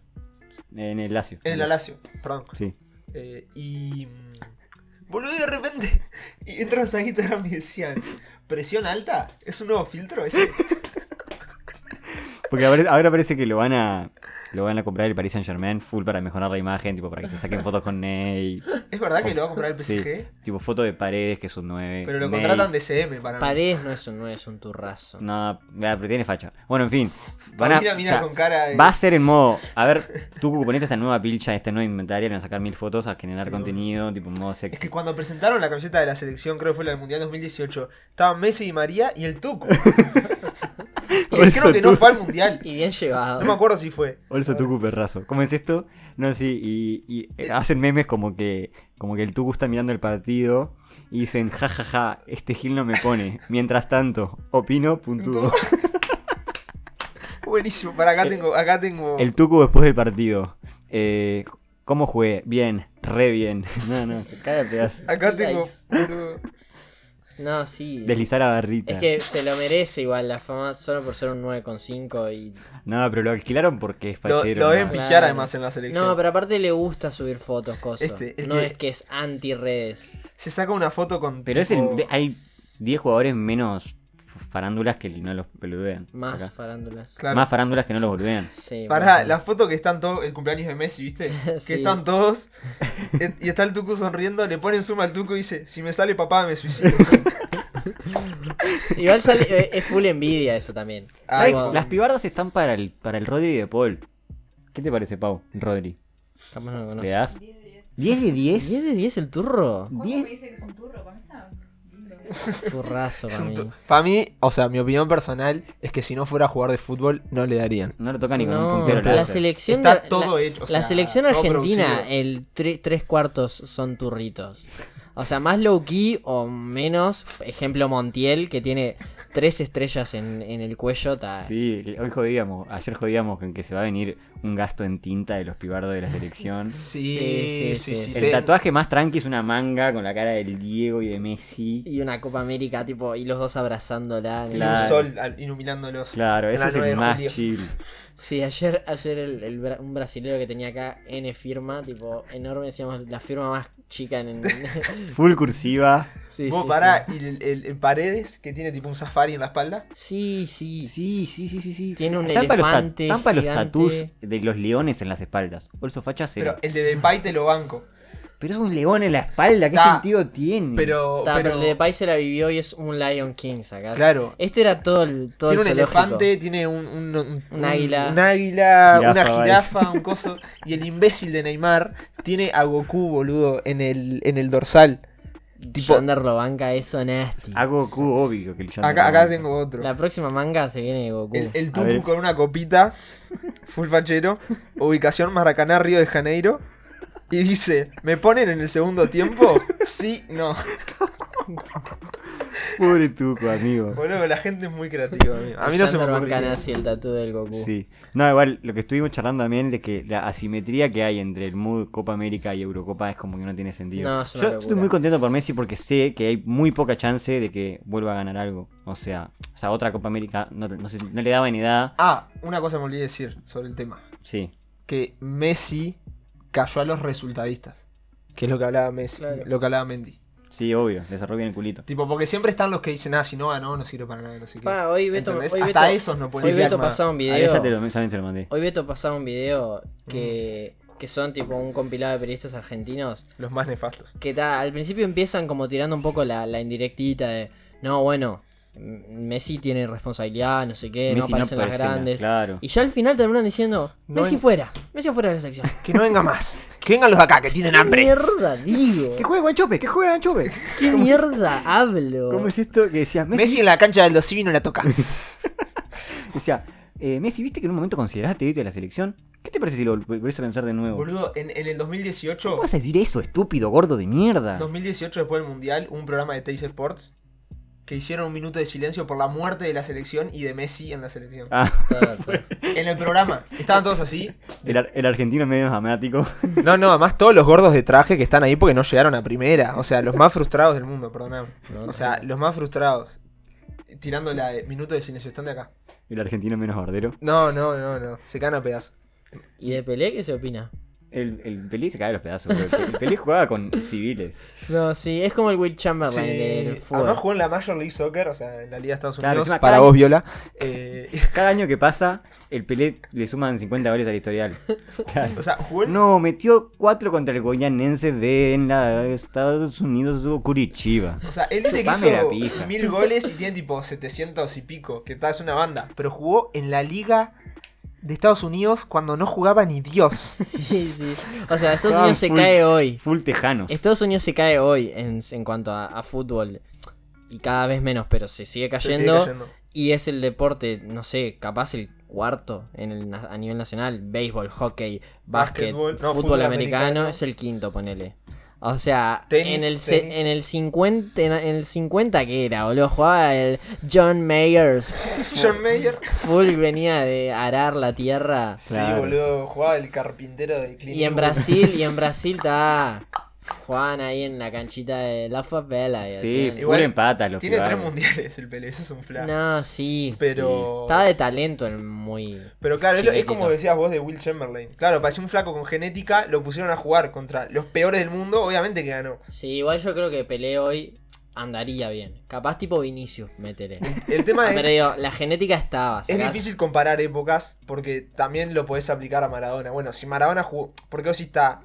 S2: en el Lazio.
S4: En el Alacio, perdón.
S2: Sí.
S4: Eh, y. mm, Boludo, y de repente y entraron a Instagram y decían: ¿Presión alta? ¿Es un nuevo filtro ese?
S2: Porque ahora, ahora parece que lo van a lo van a comprar el Paris Saint Germain full para mejorar la imagen, tipo para que se saquen fotos con Ney.
S4: ¿Es verdad que lo va a comprar el PSG?
S2: Sí, tipo foto de paredes que son nueve.
S4: Pero lo contratan de CM para mí.
S1: Paredes no es un no es un turrazo.
S2: No, mira, pero tiene facha. Bueno, en fin. Van a,
S4: Mira, mira
S2: o sea,
S4: con cara de-
S2: Va a ser en modo. A ver, tú ponete esta nueva pilcha, este nuevo inventario, le van a sacar mil fotos, a generar
S4: Sí,
S2: contenido, tipo modo
S4: Es
S2: sexy.
S4: que cuando presentaron la camiseta de la selección, creo que fue la del Mundial 2018, estaban Messi y María y el Tucu.
S2: Por
S4: que
S2: eso
S4: creo que no
S2: tú-
S4: fue al Mundial.
S1: Y bien llevado.
S4: No me acuerdo si fue.
S2: Olso Tucu perrazo. ¿Cómo es esto? No, sí, y, y, eh, hacen memes como que como que el Tucu está mirando el partido y dicen, jajaja, ja, ja, este Gil no me pone. Mientras tanto, opino, puntúo.
S4: Buenísimo, para acá tengo, acá tengo.
S2: El Tucu después del partido. Eh, ¿Cómo jugué? Bien, re bien. No, no, se cae a pedazos.
S4: Acá tengo.
S1: Likes.
S4: boludo.
S1: No, sí.
S2: Deslizar a barrita.
S1: Es que se lo merece igual la fama solo por ser un 9,5 y...
S2: No, pero lo alquilaron porque es
S4: Lo,
S2: fachero.
S4: lo ven
S2: ¿no?
S1: Claro.
S4: pijar además en la selección.
S1: No, pero aparte le gusta subir fotos, cosas.
S4: Este, el
S1: no
S4: que-
S1: es que es anti-redes.
S4: Se saca una foto con.
S2: Pero es el-
S4: tipo-
S2: de- hay 10 jugadores menos farándulas que no los boludean.
S1: Más
S2: acá.
S1: farándulas.
S4: Claro.
S2: Más farándulas que no los boludean.
S1: Sí,
S4: Pará,
S1: por
S4: la foto que están todos, el cumpleaños de Messi, ¿viste?
S1: Sí.
S4: Que están todos. et- Y está el Tucu sonriendo, le ponen suma al Tucu y dice, si me sale papá me suicido.
S1: favor. Igual sale- eh, es full envidia eso también.
S4: Ay,
S1: Como-
S2: Las pibardas están para el, para el Rodri de Paul. ¿Qué te parece, Pau? El Rodri.
S1: capaz no lo
S2: ¿Le
S1: conoce.
S2: das? 10 de 10.
S1: 10 de 10 el turro.
S5: ¿Cómo
S2: Bien.
S5: me dice que es un turro? Para mí está lindo.
S1: Turrazo para mí.
S4: Para mí, o sea, mi opinión personal es que si no fuera a jugar de fútbol, no le darían.
S2: No le toca ni con
S1: No,
S2: un puntero.
S1: la
S2: láser.
S1: selección
S4: Está
S1: de-
S4: todo
S1: la,
S4: hecho, o
S1: la
S4: sea,
S1: selección
S4: todo
S1: argentina,
S4: producido.
S1: el tre- tres cuartos son turritos. O sea, más low key o menos, ejemplo Montiel, que tiene tres estrellas en, en el cuello. ta-
S2: Ah, Sí, hoy jodíamos, ayer jodíamos con que se va a venir un gasto en tinta de los pibardos de la selección.
S4: Sí,
S1: Sí,
S4: sí,
S1: sí,
S4: sí.
S1: sí,
S2: El tatuaje más tranqui es una manga con la cara del Diego y de Messi.
S1: Y una Copa América, tipo, y los dos abrazándola.
S4: Y
S1: ¿no?
S4: un
S2: Claro.
S4: sol al- iluminándolos.
S2: Claro, ese
S4: La
S2: es el
S4: 9 de
S2: más
S4: julio.
S2: chill.
S1: Sí, ayer, ayer el, el bra- un brasilero que tenía acá N firma, tipo, enorme, decíamos, la firma más chica en...
S2: Full cursiva.
S1: sí,
S4: Vos
S1: sí,
S4: pará, y el, el- el Paredes, que tiene tipo un safari en la espalda.
S1: sí. Sí, sí.
S2: Sí, sí, sí, sí, sí.
S1: Tiene un
S2: Están para los ta-
S1: elefante
S2: están para los
S1: gigante.
S2: tatús de los leones en las espaldas. Olso facha cero.
S4: Pero el de Depay te lo banco.
S2: Pero es un león en la espalda, ¿qué
S4: Ta,
S2: sentido
S3: Mm.
S2: tiene?
S4: Pero,
S1: Ta, pero el
S4: pero
S1: de País se la vivió y es un Lion King, sacás.
S4: claro,
S1: Este era todo el. Todo
S4: tiene un
S1: el zoológico.
S4: elefante, tiene un, un, un-
S1: Un águila.
S4: un águila,
S3: Jirafa,
S4: una
S3: vale.
S4: jirafa, un coso. Y el imbécil de Neymar tiene a Goku, boludo, en el, en el dorsal. Tipo-
S1: Yander lo banca eso nasty.
S2: A Goku, obvio que el Yonder
S4: Acá,
S2: lo
S4: acá
S2: banca.
S4: tengo otro.
S1: La próxima manga se viene de Goku.
S4: El, el
S3: A ver.
S4: Tucu con una copita, full fachero, ubicación Maracaná, Río de Janeiro. Y dice, ¿me ponen en el segundo tiempo? Sí, no.
S2: Pobre tuco, amigo.
S4: Boludo, la gente es muy creativa. amigo. A mí no se me
S1: Yander banca
S4: ocurre.
S1: nasty el tatú del Goku.
S2: Sí. No, igual, lo que estuvimos charlando también de que la asimetría que hay entre el mood Copa América y Eurocopa es como que no tiene sentido.
S1: No, es una
S2: Yo
S1: locura.
S2: estoy muy contento por Messi porque sé que hay muy poca chance de que vuelva a ganar algo. O sea, o sea otra Copa América no, no sé, no le daba ni edad.
S4: Ah, una cosa me olvidé decir sobre el tema.
S2: Sí.
S4: Que Messi cayó a los resultadistas. Que es lo que hablaba Messi,
S1: Claro.
S4: lo que hablaba Mendy.
S2: Sí, obvio, desarrolló bien el culito.
S4: Tipo, porque siempre están los que dicen, ah, si no ganó, no sirve para nada, no sé qué.
S1: Pa, hoy Beto,
S4: ¿Entendés?
S1: hoy
S4: Hasta
S1: Beto-
S4: esos no pueden
S1: hoy
S4: decir
S1: Beto
S4: nada.
S1: pasaba un
S2: A Ah, esa te
S1: video.
S2: lo, esa te lo mandé.
S1: Hoy Beto pasaba un video que,
S4: Mm.
S1: que son tipo un compilado de periodistas argentinos
S4: Los más nefastos.
S1: que ta, al principio empiezan como tirando un poco la, la indirectita de, no, bueno, M- Messi tiene responsabilidad, Eh, no sé qué,
S2: Messi
S1: no aparecen las
S2: aparece en la-
S1: grandes.
S2: Claro.
S1: Y ya al final terminan diciendo,
S4: No
S1: Messi
S4: en-
S1: fuera, Messi fuera de la sección.
S4: Que no venga más. Que vengan los de acá, que tienen
S1: ¿Qué
S4: hambre.
S1: mierda digo?
S2: ¿Qué juega Chope? ¿Qué juega Chope?
S1: ¿Qué mierda hablo?
S2: ¿Cómo es esto que decías Messi?
S4: Messi en la cancha del Dosivi no la toca.
S2: Decía, eh, Messi, ¿viste que en un momento consideraste irte de la selección? ¿Qué te parece si lo vol- volvés a pensar de nuevo?
S4: Boludo, en, en el 2018,
S2: ¿Cómo vas a decir eso, estúpido, gordo de mierda?
S4: 2018 después del Mundial, hubo un programa de Tays Sports que hicieron un minuto de silencio por la muerte de la selección y de Messi en la selección.
S2: Ah,
S1: Ta, ta.
S4: En el programa. Estaban todos así.
S2: el, ar- el argentino es medio dramático.
S4: No, no, además todos los gordos de traje que están ahí porque no llegaron a primera. O sea, los más frustrados del mundo, perdóname. O sea, los más frustrados. Tirando la de minuto de silencio, están de acá.
S2: El argentino menos bardero.
S4: No, no, no, no. Se caen a pedazos.
S1: ¿Y de Pelé qué se opina?
S2: El, el Pelé se cae a los pedazos. boludo. El, Pelé jugaba con civiles.
S1: No, sí, es como el Will Chamberlain del
S4: Sí.
S1: fútbol.
S4: Además jugó en la Major League Soccer, o sea, en la Liga de Estados
S2: Claro,
S4: Unidos.
S2: encima
S4: para
S2: cada-
S4: vos, Viola. Eh,
S2: Cada año que pasa, el Pelé le suman 50 goles al historial. Claro.
S4: o sea, jugó en
S2: No, metió 4 contra el goyanense de en la Estados Unidos de Curitiba.
S4: O sea, él dice que
S2: Chupame la
S4: hizo
S2: pija.
S4: mil goles y tiene tipo 700 y pico, que tal, es una banda. Pero jugó en la liga de Estados Unidos cuando no jugaba ni Dios.
S1: Sí, sí. O sea, Estados
S2: Estaban
S1: Unidos se
S2: Ah, full-
S1: cae hoy.
S2: Full tejanos.
S1: Estados Unidos se cae hoy en, en cuanto a, a fútbol. Y cada vez menos, pero se sigue,
S4: Se sigue
S1: cayendo, Y es el deporte, no sé, capaz el cuarto en el, na- a nivel nacional. Béisbol, hockey, básquet,
S4: Básquetbol, no,
S1: fútbol,
S4: fútbol
S1: americano,
S4: americano.
S1: Es el quinto, ponele. O sea,
S4: Tenis,
S1: en, el se-
S4: tenis.
S1: en el 50, en el 50 que era, boludo, jugaba el John Mayers.
S4: John Mayer.
S1: Full venía de arar la tierra.
S4: Sí,
S2: Claro.
S4: boludo, jugaba el carpintero de Clint
S1: Y en
S4: Eastwood.
S1: Brasil, y en Brasil está Juan ahí en la canchita de la favela. y
S2: Sí,
S1: hacían-
S2: full
S4: Igual,
S2: empatas los
S4: Tiene tres
S2: jugadores.
S4: mundiales el Pelé, eso es un flash.
S1: No, sí.
S4: Pero.
S1: Estaba de talento el muy.
S4: Pero claro, es, lo- es
S1: Chiquitito.
S4: como decías vos de Will Chamberlain. Claro, parecía un flaco con genética, lo pusieron a jugar contra los peores del mundo, obviamente que ganó.
S1: Sí, igual yo creo que Pelé hoy andaría bien. Capaz tipo Vinicius, métele. Ah,
S4: El tema
S1: Pero
S4: es.
S1: digo, la genética estaba.
S4: Es
S1: sacás-
S4: difícil comparar épocas porque también lo podés aplicar a Maradona. Bueno, si Maradona jugó. Porque hoy sí está.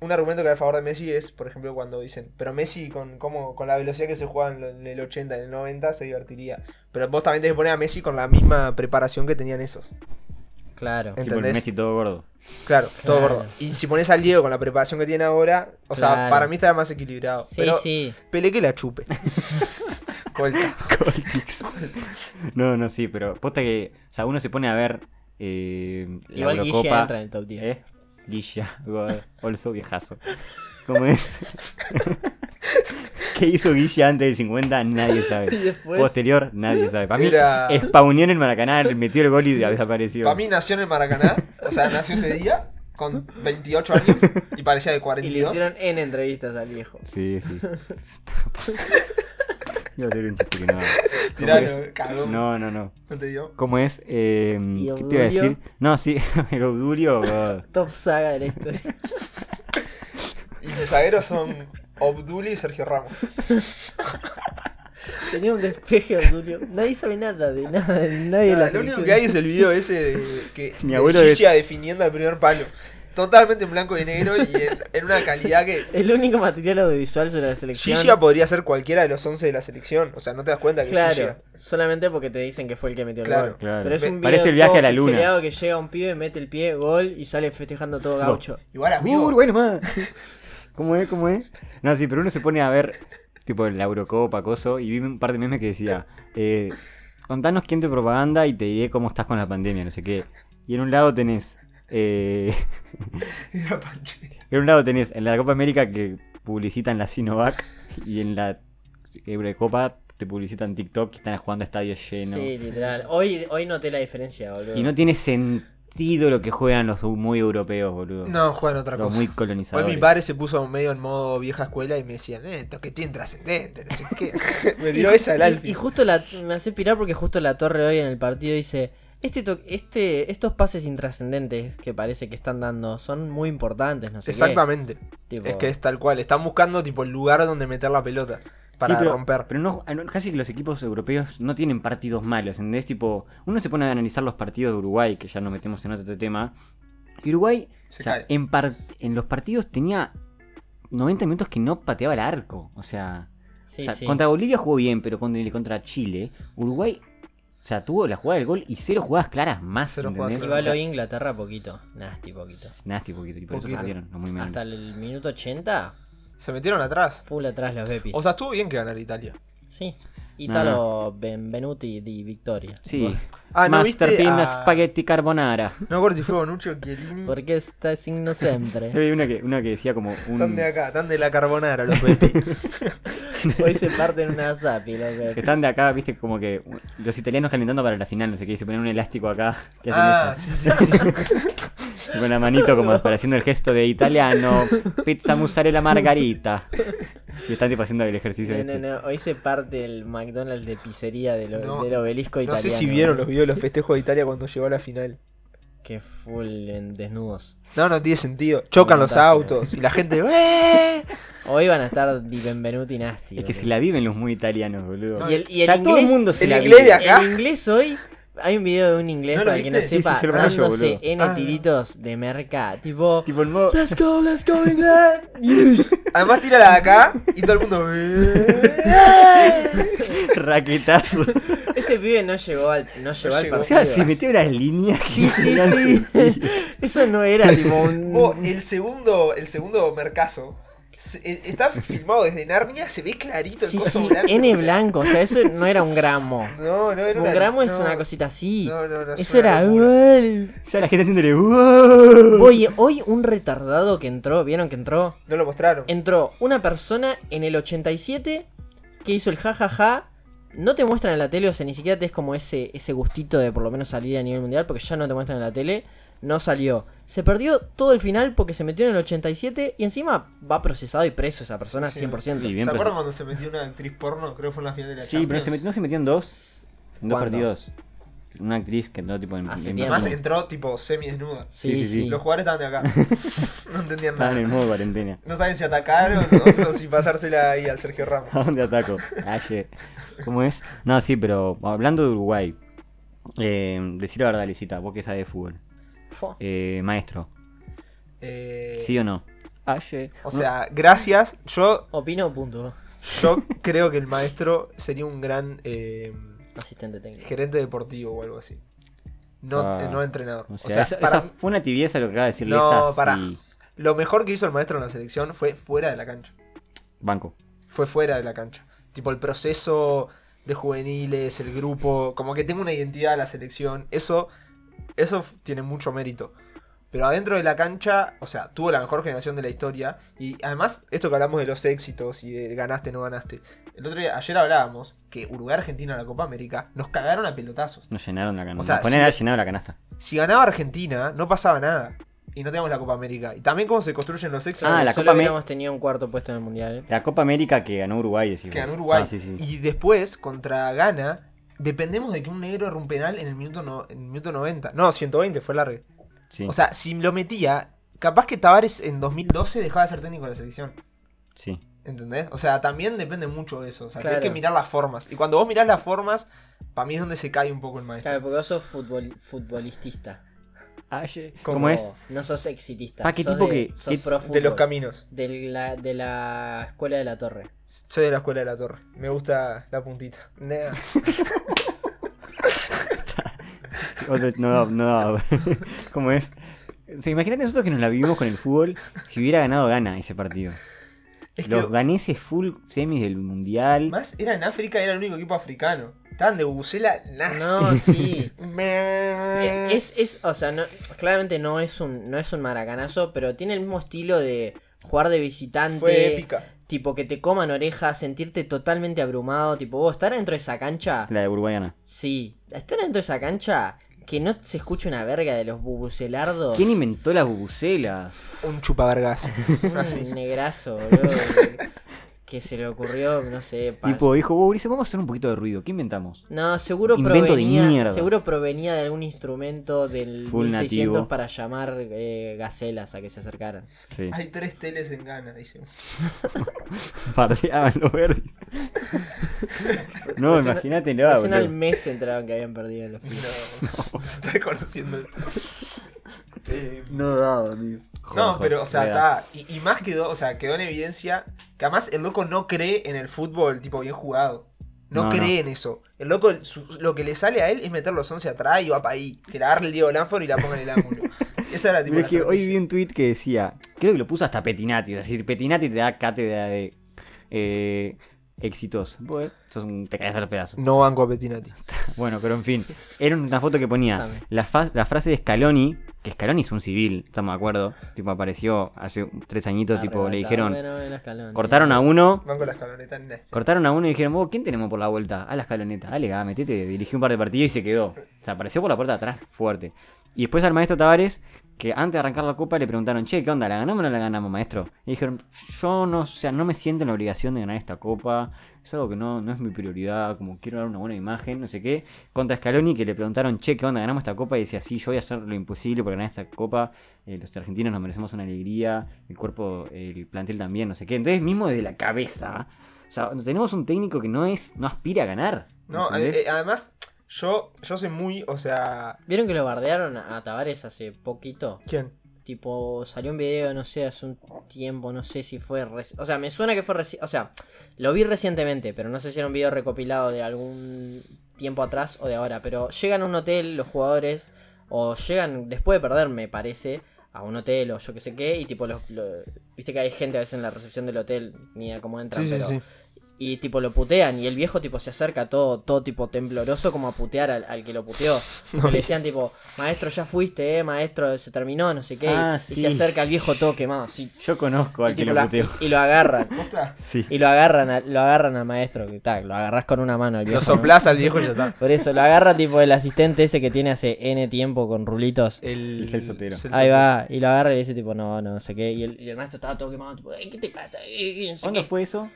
S4: Un argumento que hay a favor de Messi es, por ejemplo, cuando dicen, pero Messi con, cómo- con la velocidad que se jugaba en, lo- en el 80, en el 90, se divertiría. Pero vos también tenés que poner a Messi con la misma preparación que tenían esos.
S1: Claro.
S2: Tipo el
S4: ¿Entendés?
S2: Messi todo gordo.
S4: Claro, todo
S1: Claro.
S4: gordo. Y si pones al Diego con la preparación que tiene ahora, o sea,
S1: Claro.
S4: para mí está más equilibrado.
S1: Sí,
S4: pero
S1: sí.
S4: Pelé que la chupe. Colta.
S2: Coltics. No, no, sí, pero posta que. O sea, uno se pone a ver eh, la
S1: Igual Guille
S2: Eurocopa.
S1: entra en el top 10.
S2: ¿eh? Guilla, God, also viejazo. ¿Cómo es? ¿Qué hizo Guilla antes del 50? Nadie sabe.
S1: después.
S2: Posterior, nadie sabe. Para mí,
S4: Era-
S2: spawneó en el Maracaná, metió el gol y desapareció.
S4: Para mí nació en el Maracaná, o sea, nació ese día con 28 años y parecía de
S1: Y
S4: 42.
S1: le hicieron en entrevistas al viejo.
S2: Sí, sí. Iba a hacer un chiste que no. ¿Cómo
S4: Tiralo,
S2: es?
S4: cagón.
S2: No, no, no.
S4: ¿No te digo?
S2: ¿Cómo es? Eh,
S1: ¿Y
S2: ¿Qué te iba a
S1: Obdulio?
S2: decir? No, sí, el Obdulio. God.
S1: Top saga de la historia.
S4: Y mis zagueros son Obduli y Sergio Ramos.
S1: Tenía un despeje, Julio. Nadie sabe nada de nada. de Nadie de la
S4: lo único
S1: selección.
S4: que hay es el video ese de que
S2: Mi
S4: de
S2: abuelo
S4: Gigi definiendo al primer palo. totalmente en blanco y negro y en, en una calidad que.
S1: El único material audiovisual sobre la selección.
S4: Gigi podría ser cualquiera de los 11 de la selección. O sea, no te das cuenta que
S1: Claro,
S4: Gigi-
S1: solamente porque te dicen que fue el que metió el
S4: Claro.
S1: gol.
S2: Claro.
S1: Pero es un video
S2: Parece el viaje
S1: todo
S2: a la luna.
S1: pixeleado que llega un pibe, mete el pie, gol y sale festejando todo gaucho.
S4: Igual amigo.
S2: Uh, bueno, más. ¿Cómo es? ¿Cómo es? No, sí, pero uno se pone a ver, tipo, la Eurocopa, coso, y vi un par de memes que decía, eh, contanos quién te propaganda y te diré cómo estás con la pandemia, no sé qué. Y en un lado tenés, eh,
S4: Era Pancheri.
S2: en un lado tenés en la Copa América que publicitan la Sinovac y en la Eurocopa te publicitan TikTok que están jugando a estadios llenos.
S1: Sí, literal. Hoy, hoy noté la diferencia, boludo.
S2: Y no tiene sentido lo que juegan los muy europeos, boludo.
S4: No, juegan otra
S2: los
S4: cosa.
S2: muy
S4: Hoy
S2: colonizadores.
S4: mi padre se puso medio en modo vieja escuela y me decían, eh, toquetín trascendente, no sé qué. me tiró esa al
S1: Y, y justo la, me hace pirar porque justo la torre hoy en el partido dice, este, to- este estos pases intrascendentes que parece que están dando son muy importantes, no sé
S4: Exactamente.
S1: qué. Tipo,
S4: Es que es tal cual. Están buscando tipo el lugar donde meter la pelota para
S2: Sí, pero,
S4: romper.
S2: Pero no, no- casi que los equipos europeos no tienen partidos malos, ¿entendés? Tipo, uno se pone a analizar los partidos de Uruguay, que ya nos metemos en otro tema. Y Uruguay, o
S4: Se
S2: sea,
S4: cae.
S2: en, par- en los partidos tenía 90 minutos que no pateaba el arco. O sea,
S1: sí,
S2: o sea,
S1: sí.
S2: contra Bolivia jugó bien, pero contra, contra Chile, Uruguay, o sea, tuvo la jugada del gol y cero jugadas claras más,
S4: Cero jugadas
S2: ¿entendés?
S1: Igual
S2: O sea,
S1: hoy Inglaterra poquito, nasty poquito.
S2: Nasty poquito, y por eso
S4: Poquito.
S2: perdieron, no muy mal.
S1: Hasta el minuto 80,
S4: Se metieron atrás.
S1: full atrás los Bepis.
S4: O sea, estuvo bien que ganar Italia.
S1: sí. Italo Benvenuti di Victoria.
S2: Sí.
S4: Ah, ¿no viste
S2: Masterpiece
S4: a-
S2: Spaghetti Carbonara.
S4: No me acuerdo si fue Bonucci o Chiellini.
S1: Porque está signo siempre.
S2: Había una que, una que decía como un...
S4: Están de acá, están de la carbonara los Pepe.
S1: Hoy se parten una zapi, los
S2: Que
S1: Bepis.
S2: están de acá, viste, como que los italianos calentando para la final, no sé qué, y se ponen un elástico acá, que hacen
S4: ah, sí, sí, sí.
S2: esto, y con la manito como para haciendo el gesto de italiano, pizza mozzarella margarita. Y están tipo haciendo el ejercicio
S1: No, no,
S2: este.
S1: no. Hoy se parte el McDonald's de pizzería del, o-
S4: No,
S1: del obelisco
S4: No
S1: italiano.
S4: sé si vieron los videos de los festejos de Italia cuando llegó a la final.
S1: Que full en desnudos.
S4: No, no tiene sentido. Chocan los
S1: Fantástico.
S4: autos y la gente. ¡Eh!
S1: Hoy van a estar Di Benvenuti Nasty.
S2: Es que
S1: boludo.
S2: se la viven los muy italianos, boludo.
S1: Y el, y el
S2: Está
S1: inglés,
S2: todo el mundo se
S4: el
S2: la
S4: inglés de
S2: vive.
S4: acá.
S1: el inglés hoy. Hay un video de un inglés
S4: ¿No lo
S1: para el que no
S4: viste?
S2: Sí,
S1: sepa
S2: sí, yo lo vi, yo,
S1: dándose
S2: boludo.
S1: N
S4: Ah.
S1: tiritos de merca. Tipo,
S2: Tipo el modo...
S1: let's go, let's go, inglés. Yes.
S4: Además, tira la de acá y todo el mundo. "Eh".
S2: raquetazo.
S1: Ese pibe no llegó al, no llegó al
S4: llegó.
S2: O
S1: partido.
S2: sea, se metió unas líneas.
S1: Sí, sí, sí. Eso no era tipo un.
S4: Oh, el segundo, el segundo mercazo. se- e- Está filmado desde Narnia, se ve clarito el
S1: Sí,
S4: coso
S1: sí,
S4: blanco,
S1: N
S4: o sea,
S1: blanco. O sea, eso no era un gramo.
S4: No, no era
S1: Un
S4: una-
S1: gramo es
S4: no,
S1: una cosita así.
S4: No, no, no. es
S1: Eso
S4: una
S1: era.
S4: locura.
S1: "Uel".
S2: Ya la gente entiende. "Wow".
S1: Oye, hoy un retardado que entró, ¿vieron que entró?
S4: No lo mostraron.
S1: Entró una persona en el 87 que hizo el jajaja. No te muestran en la tele, o sea, ni siquiera te es como ese, ese gustito de por lo menos salir a nivel mundial, porque ya no te muestran en la tele. No salió. Se perdió todo el final porque se metió en el 87 y encima va procesado y preso esa persona
S4: Sí.
S1: 100%.
S2: Y bien
S4: ¿Se
S2: presentado.
S4: acuerdan cuando se metió una actriz porno? Creo que fue en la final de la
S2: Sí, pero se metió-
S4: Champions.
S2: no se metió en dos. En
S1: ¿Cuándo?
S2: dos partidos. Una actriz que entró tipo en...
S1: Hace
S2: en-
S1: tiempo.
S4: Además entró tipo semidesnuda.
S1: Sí,
S2: Sí, sí,
S1: sí,
S2: sí.
S4: Los jugadores estaban de acá. No entendían
S2: Estaba en el
S4: nada.
S2: modo cuarentena.
S4: No saben si atacar o, no, o si pasársela ahí al Sergio Ramos.
S2: ¿A dónde ataco? Aye. ¿Cómo es? No, sí, pero hablando de Uruguay, eh, decir la verdad, Lucita, vos que sabés de fútbol.
S1: Fua.
S2: Eh, maestro,
S4: Eh,
S2: ¿sí o no? Aye.
S4: O sea, gracias. Yo,
S1: Opino, punto.
S4: yo creo que el maestro sería un gran eh,
S1: Asistente técnico.
S4: gerente deportivo o algo así. No,
S2: Ah.
S4: eh, no entrenador.
S2: O sea, esa,
S4: para
S2: esa fue una tibieza lo que acaba de decirle
S4: No,
S2: esa
S4: pará.
S2: sí.
S4: Lo mejor que hizo el maestro en la selección fue fuera de la cancha.
S2: Banco.
S4: Fue fuera de la cancha. Tipo el proceso de juveniles, el grupo, como que tenga una identidad a la selección. Eso, eso f- tiene mucho mérito. Pero adentro de la cancha, o sea, tuvo la mejor generación de la historia. Y además, esto que hablamos de los éxitos y de ganaste, no ganaste. El otro día, ayer hablábamos que Uruguay-Argentina en la Copa América nos cagaron a pelotazos.
S2: Nos llenaron la canasta.
S4: O sea,
S2: Nos ponían
S4: si-
S2: a llenar la canasta.
S4: Si ganaba Argentina, no pasaba nada. Y no teníamos la Copa América. Y también cómo se construyen los éxitos.
S2: Ah, la
S1: Solo
S2: Copa Me-
S1: hubiéramos tenido un cuarto puesto en el mundial. ¿eh?
S2: La Copa América que ganó Uruguay, decimos.
S4: que ganó Uruguay.
S2: Ah, sí, sí.
S4: Y después, contra Ghana, dependemos de que un negro erra un penal en el minuto, no- en el minuto 90. No, 120 fue largo.
S2: Sí,
S4: O sea, si lo metía, capaz que Tavares en 2012 dejaba de ser técnico de la selección.
S2: sí.
S4: ¿Entendés? O sea, también depende mucho de eso. O sea,
S1: Claro.
S4: tenés que mirar las formas. Y cuando vos mirás las formas, para mí es donde se cae un poco el maestro.
S1: Claro, porque vos sos futbol- futbolistista.
S2: Aye.
S4: Como
S2: ¿Cómo es?
S1: No sos exitista.
S2: Pa, qué
S1: sos
S2: tipo
S1: de-
S2: que-
S1: sos
S2: que-
S1: pro
S4: De los
S1: fútbol,
S4: caminos.
S1: de la, de la escuela de la torre.
S4: Soy de la escuela de la torre. Me gusta la puntita. Nea.
S2: Otro- no, daba- no, daba. ¿Cómo es? O sea, imagínate nosotros que nos la vivimos con el fútbol si hubiera ganado Ghana ese partido.
S4: Es que
S2: Los ganeses full semis del mundial.
S4: más era en África, era el único equipo africano. Estaban de Bucela,
S1: No, sí. Eh,
S4: Es
S1: Es, es, o sea, no, claramente no es un, no es un maracanazo, pero tiene el mismo estilo de jugar de visitante.
S4: Fue épica.
S1: Tipo que te coman orejas, sentirte totalmente abrumado, tipo, vos estar dentro de esa cancha.
S2: La de Uruguayana.
S1: Sí, estar dentro de esa cancha que no se escucha una verga de los bubucelardos.
S2: ¿Quién inventó la bubucela?
S4: Un chupavergazo.
S1: Un negrazo, boludo. que- que se le ocurrió, no sé, pa-
S2: Tipo, dijo, "Vos, Ulises, vamos a hacer un poquito de ruido. ¿Qué inventamos?
S1: No, seguro
S2: Invento de
S1: provenía,
S2: mierda.
S1: seguro provenía de algún instrumento del
S2: Full
S1: 1600
S2: nativo.
S1: para llamar eh, gacelas a que se acercaran.
S2: Sí.
S4: Hay tres teles en Ghana, dicen.
S2: Pardeaban los verdes. No,
S1: Recién-
S2: imagínate, no,
S1: Recién al
S2: boludo.
S1: mes se enteraron que habían perdido los pibes.
S4: No, se está conociendo esto. Eh,
S2: No daba, amigo.
S4: no, pero, o sea, está. Y, y más quedó, o sea, quedó en evidencia que además el loco no cree en el fútbol, tipo, bien jugado. No,
S2: No,
S4: cree en eso. El loco, su- lo que le sale a él es meter los 11 atrás y va para ahí. Que la agarre el Diego Lanford y la ponga en el ángulo. Esa era, tipo,
S2: Pero es
S4: la
S2: que hoy
S4: estrategia.
S2: vi un tweet que decía, creo que lo puso hasta Petinati, o sea, si Petinati te da cátedra de eh, exitoso, vos sos un, te caes a los pedazos.
S4: No banco a Petinati.
S2: Bueno, pero en fin, era una foto que ponía
S1: Sabe.
S2: la, fa- la frase de Scaloni, que Scaloni es un civil, estamos de acuerdo, tipo apareció hace un- tres añitos, tipo le
S1: Arrebatado,
S2: dijeron,
S1: bueno, en escalón,
S2: cortaron
S1: eh.
S2: a uno,
S4: Banco la escaloneta en este.
S2: cortaron a uno y dijeron, vos, ¿quién tenemos por la vuelta? A la escaloneta, dale, ah, metete, dirigió un par de partidos y se quedó. Se apareció por la puerta de atrás, fuerte. Y después al maestro Tavares, que antes de arrancar la copa le preguntaron, che, ¿qué onda? ¿La ganamos o no la ganamos, maestro? Y dijeron, yo no, o sea, no me siento en la obligación de ganar esta copa, es algo que no, no es mi prioridad, como quiero dar una buena imagen, no sé qué. Contra Scaloni, que le preguntaron, che, ¿qué onda? ¿Ganamos esta copa? Y decía, sí, yo voy a hacer lo imposible por ganar esta copa, eh, los argentinos nos merecemos una alegría, el cuerpo, el plantel también, no sé qué. Entonces, mismo desde la cabeza, o sea, tenemos un técnico que no es, no aspira a ganar.
S4: No,
S2: ¿entendés?
S4: eh, eh, además, yo, yo soy muy, o sea.
S1: ¿Vieron que lo bardearon a Tavares hace poquito?
S4: ¿Quién?
S1: Tipo, salió un video, no sé, hace un tiempo, no sé si fue... reci- O sea, me suena que fue recién... O sea, lo vi recientemente, pero no sé si era un video recopilado de algún tiempo atrás o de ahora. Pero llegan a un hotel los jugadores, o llegan después de perder, me parece, a un hotel o yo qué sé qué, y tipo, los, lo- viste que hay gente a veces en la recepción del hotel, ni a cómo entran, pero... Y tipo lo putean y el viejo tipo se acerca todo, todo tipo tembloroso como a putear al, al que lo puteó.
S4: No,
S1: le decían
S4: Dios.
S1: tipo, maestro ya fuiste, eh, maestro se terminó, no sé qué.
S2: Ah,
S1: y
S2: sí.
S1: se acerca al viejo todo quemado así.
S2: Yo conozco
S1: y,
S2: al que
S1: tipo,
S2: lo
S1: la-
S2: puteó.
S1: y- y lo agarran.
S4: ¿Posta?
S2: Sí.
S1: Y lo agarran, a- lo agarran al maestro, que tal, lo agarras con una mano al viejo.
S4: Lo
S1: ¿no?
S4: soplás al viejo y ya está.
S1: Por eso, lo agarra tipo el asistente ese que tiene hace N tiempo con rulitos.
S4: El,
S2: El Celso Otero.
S4: Celso
S1: Ahí
S4: Otero.
S1: va, y lo agarra y le dice tipo, no, no, no sé qué. Y el, y el maestro estaba todo quemado, tipo, "Ey, ¿qué te pasa? Ey, ey, no sé
S2: ¿Cuándo
S1: qué".
S2: fue eso?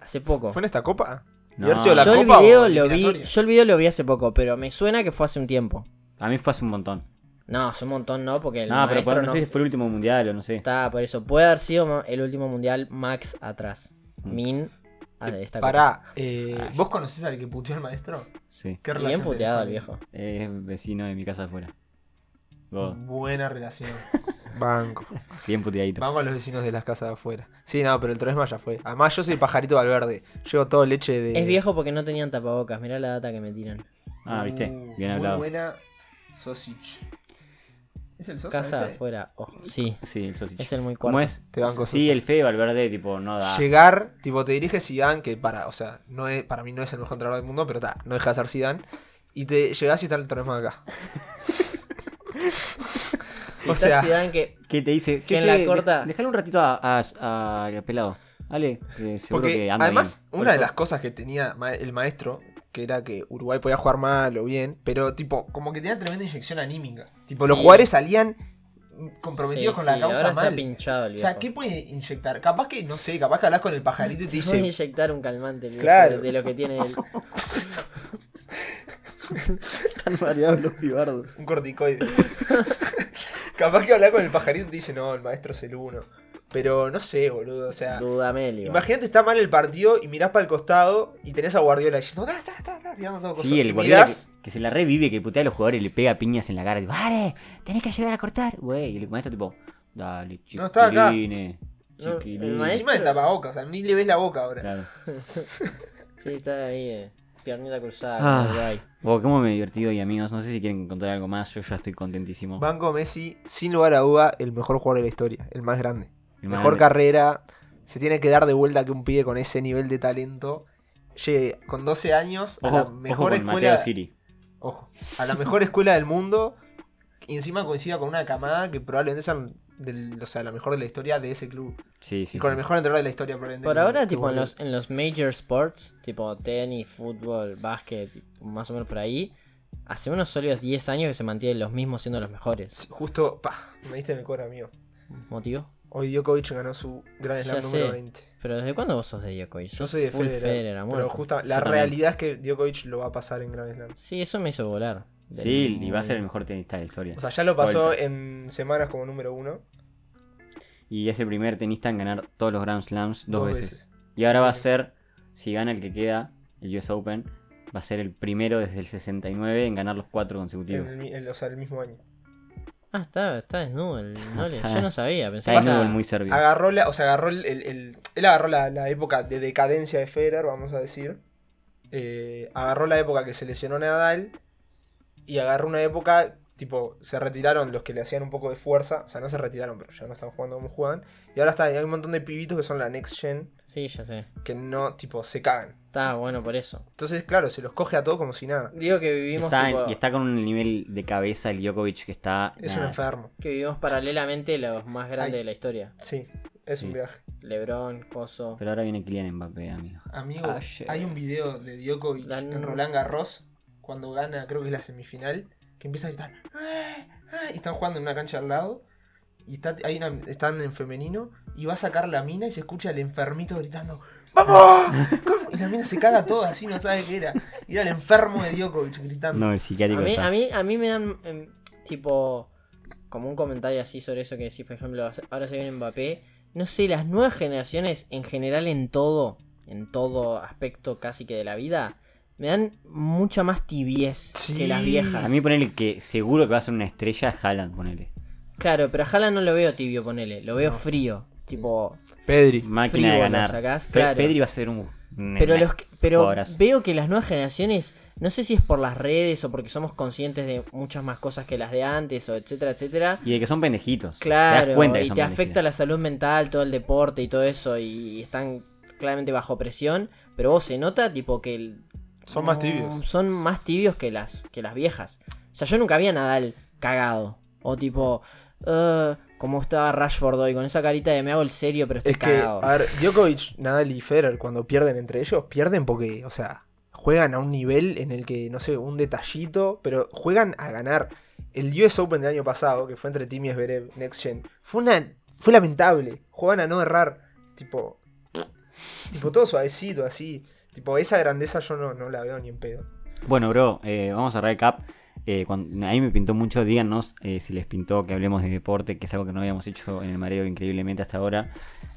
S1: Hace poco.
S4: ¿Fue en esta copa?
S2: No.
S4: ¿Haber sido la
S1: yo el
S4: copa o
S1: video lo vi,
S4: eliminatoria?
S1: yo el video lo vi hace poco, pero me suena que fue hace un tiempo.
S2: A mí fue hace un montón.
S1: No, hace un montón no, porque el
S2: no, pero
S1: maestro
S2: por- no,
S1: no,
S2: sé si fue el último mundial o no sé.
S1: está por eso. Puede haber sido ma- el último mundial Max atrás.
S2: Mm.
S1: Min a esta
S4: Pará, eh, ¿vos conocés al que puteó al maestro?
S2: Sí.
S4: ¿Qué
S1: Bien
S4: relación
S1: puteado el
S4: tenés
S1: viejo.
S2: Es vecino de mi casa afuera.
S4: con
S2: God.
S4: él? Buena relación. Banco.
S2: Bien puteadito.
S4: Banco a los vecinos de las casas de afuera. Sí, no, pero el Tresma ya fue. Además, yo soy pajarito Valverde. Llevo todo leche de.
S1: Es viejo porque no tenían tapabocas, mirá la data que me tiran.
S2: Ah, viste.
S4: Uh,
S2: Bien
S4: muy
S2: hablado.
S4: buena sausage. ¿Es el Sosa
S1: Casa
S4: ese?
S1: afuera, ojo, sí,
S2: Sí, el sausage.
S1: es el muy
S2: ¿Cómo
S1: cuarto.
S2: es?
S4: Te banco
S2: sí,
S4: Sosa.
S2: el feo, Valverde, tipo, no da.
S4: Llegar, tipo, te dirige Zidane, que para, o sea, no es, para mí no es el mejor entrenador del mundo, pero ta, no deja de ser Zidane. Y te llegás y está el Tresma acá.
S1: Si
S4: o
S1: está
S4: sea,
S1: Zidane que
S2: ¿Qué te dice?
S1: Que
S2: ¿Qué
S1: en la corta-
S2: Déjalo un ratito a, a- a- a pelado. Ale, que seguro
S4: Porque
S2: que anda
S4: además,
S2: bien.
S4: una de
S2: Olso.
S4: las cosas que tenía ma- el maestro, que era que Uruguay podía jugar mal o bien, pero tipo, como que tenía tremenda inyección anímica. Tipo, los
S1: Sí.
S4: jugadores salían comprometidos
S1: sí,
S4: con la
S1: sí,
S4: causa
S1: ahora está
S4: mal.
S1: pinchado el
S4: O
S1: viejo.
S4: sea, ¿qué puede inyectar? Capaz que, no sé, capaz que hablas con el pajarito y te
S1: Voy a
S4: dice,
S1: inyectar un calmante el viejo
S4: Claro.
S1: de- de lo que tiene él.
S2: Están mareados los pibardos.
S4: un corticoide. capaz que hablas con el pajarito y te dice, no, el maestro es el uno. Pero no sé, boludo, o sea...
S1: Dudamelio.
S4: Imagínate, está mal el partido y mirás para el costado y tenés a Guardiola y dices, no, está, está, está, tirando todo
S2: Sí, el
S4: y
S2: Guardiola
S4: mirás,
S2: que, que se la revive, que putea a los jugadores y le pega piñas en la cara. tipo, Vale, tenés que llegar a cortar, güey. Y el maestro, tipo, dale,
S4: No, está acá.
S2: chiquilines.
S1: No,
S2: chiquilines".
S1: el
S4: Encima de tapabocas, o sea, ni le ves la boca ahora.
S2: Claro.
S1: Sí, está ahí, eh, piernita cruzada.
S2: Ah.
S1: como Uruguay.
S2: Wow, cómo me he divertido y amigos, no sé si quieren contar algo más, yo ya estoy contentísimo.
S4: Banco Messi, sin lugar a duda, el mejor jugador de la historia, el más grande.
S2: El más
S4: mejor
S2: grande.
S4: carrera. Se tiene que dar de vuelta que un pibe con ese nivel de talento llegue con 12 años a la
S2: Ojo, ojo
S4: mejor
S2: con Mateo
S4: escuela.
S2: Siri.
S4: Ojo, a la mejor escuela del mundo. Y encima coincida con una camada que probablemente sean del- o sea, la mejor de la historia de ese club.
S2: Sí, sí.
S4: y con el
S2: sí.
S4: mejor entrenador de la historia, probablemente.
S1: Por
S4: que-
S1: ahora,
S4: que
S1: tipo,
S4: vos
S1: en
S4: le-
S1: los, en los major sports, tipo tenis, fútbol, básquet, más o menos por ahí, hace unos sólidos 10 años que se mantienen los mismos siendo los mejores.
S4: Sí, Justo, pa, me diste en el cora, amigo.
S1: ¿Motivo?
S4: Hoy Djokovic ganó su gran
S1: Ya
S4: slam
S1: sé.
S4: número 20.
S1: ¿Pero desde cuándo vos sos de Djokovic?
S4: Yo
S1: Sos
S4: soy de
S1: full
S4: Federer.
S1: amor.
S4: pero justa, la
S2: Yo también.
S4: realidad es que Djokovic lo va a pasar en gran slam.
S1: Sí, eso me hizo volar. Del-
S2: Sí, y va a ser el mejor tenista de la historia.
S4: O sea, ya lo pasó
S2: Vuelta.
S4: en semanas como número uno.
S2: Y es el primer tenista en ganar todos los Grand Slams dos,
S4: Dos
S2: veces.
S4: veces.
S2: Y ahora va a ser, si gana el que queda, el US Open, va a ser el primero desde el 69 en ganar los cuatro consecutivos.
S4: En el, mi- en- o sea, el mismo año.
S1: Ah, está, está desnudo el Nole.
S2: está-
S1: Yo no sabía, pensé
S2: Está
S1: que
S2: de nuevo
S1: era-
S2: el muy serbio.
S4: Agarró la, o sea, agarró el, el- el- él agarró la, la época de decadencia de Federer, vamos a decir. Eh, agarró la época que se lesionó Nadal. Y agarró una época, tipo, se retiraron los que le hacían un poco de fuerza. O sea, no se retiraron, pero ya no están jugando como jugaban. Y ahora está, hay un montón de pibitos que son la next gen
S1: Sí, ya sé.
S4: que no, tipo, se cagan.
S1: Está bueno por eso.
S4: Entonces, claro, se los coge a todos como si nada.
S1: Digo que vivimos
S2: Está en-
S1: tipo,
S2: y está con un nivel de cabeza el Djokovic que está...
S4: Es un
S2: nada.
S4: enfermo.
S1: que vivimos paralelamente los más grandes
S4: Ay.
S1: de la historia.
S4: Sí, es
S2: Sí.
S4: un viaje.
S1: Lebron, Coso.
S2: Pero ahora viene Kylian Mbappé, amigo.
S4: Amigo,
S2: Ayer.
S4: hay un video de Djokovic
S1: Dan-
S4: en Roland Garros cuando gana, creo que es la semifinal, que empieza a gritar. "Ah, ah", Y están jugando en una cancha al lado. Y está, hay una, están en femenino. Y va a sacar la mina y se escucha el enfermito gritando. ¡Vamos! ¿Cómo?". Y la mina se caga toda así, no sabe qué era. Y era el enfermo de Djokovic gritando.
S2: No, el
S1: A
S2: psiquiátrico
S1: mí,
S2: está.
S1: a, mí, a mí me dan em, tipo como un comentario así sobre eso que decís, por ejemplo, ahora se viene Mbappé. No sé, las nuevas generaciones en general en todo, en todo aspecto casi que de la vida, me dan mucha más tibiez
S4: Sí.
S1: que las viejas.
S2: A mí ponele que seguro que va a ser una estrella es Haaland, ponele.
S1: Claro, pero a Haaland no lo veo tibio, ponele, lo veo frío. Tipo,
S4: Pedri.
S2: Máquina de
S1: Frívolo,
S2: ganar.
S1: sacás,
S2: Pe-
S1: claro.
S2: Pedri va a ser un... un-
S1: Pero, los, que- pero
S2: jugadorazo.
S1: veo que las nuevas generaciones, no sé si es por las redes o porque somos conscientes de muchas más cosas que las de antes o etcétera, etcétera.
S2: Y de que son pendejitos. Te das
S1: Claro,
S2: cuenta que
S1: y
S2: son
S1: te afecta
S2: pendejitos.
S1: la salud mental, todo el deporte y todo eso, y están claramente bajo presión, pero vos se nota tipo que el-
S4: Son más
S1: mm,
S4: tibios.
S1: son más tibios que las, que las viejas. O sea, yo nunca vi a Nadal cagado. O tipo, "Ah", como estaba Rashford hoy, con esa carita de me hago el serio, pero estoy
S4: Es que,
S1: cagado.
S4: a ver, Djokovic, Nadal y Federer, cuando pierden entre ellos, pierden porque, o sea, juegan a un nivel en el que, no sé, un detallito, pero juegan a ganar. El US Open del año pasado, que fue entre Tim y Zverev, Next Gen, fue una. fue lamentable. Juegan a no errar. Tipo. Tipo, todo suavecito, así. Tipo, esa grandeza yo no, no la veo ni en pedo.
S2: Bueno, bro, eh, vamos a recap. Eh, cuando, a mí me pintó mucho, díganos eh, si les pintó que hablemos de deporte, que es algo que no habíamos hecho en el mareo increíblemente hasta ahora.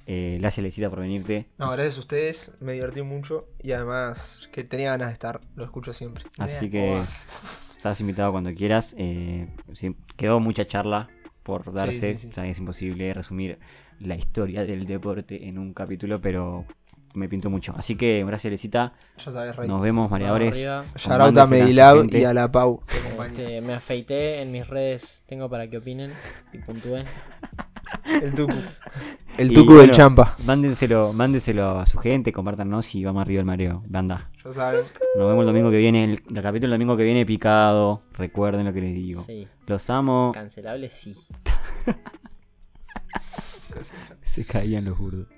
S2: Eh, gracias, Lecita, por venirte.
S4: No, gracias a ustedes, me divertí mucho y además que tenía ganas de estar, lo escucho siempre.
S2: Así que estás invitado cuando quieras. Eh, sí, quedó mucha charla por darse.
S4: sí, sí.
S2: O sea, es imposible resumir la historia del deporte en un capítulo, pero me pintó mucho. Así que gracias, Lecita.
S4: Ya sabes, Rey.
S2: Nos vemos, mareadores.
S1: arriba.
S4: Shout out a Medilab y a la Pau. que acompaña.
S1: Este, me afeité en mis redes, tengo para que opinen y puntúen.
S4: El Tucu. El
S2: Y
S4: Tucu
S2: bueno,
S4: del Champa.
S2: Mándenselo, mándenselo a su gente, compártanos y vamos arriba el mareo. Banda.
S4: Ya sabes.
S2: Nos vemos el domingo que viene. El, el capítulo el domingo que viene picado. Recuerden lo que les digo.
S1: Sí,
S2: Los amo.
S1: cancelable sí.
S2: Se caían los burdos.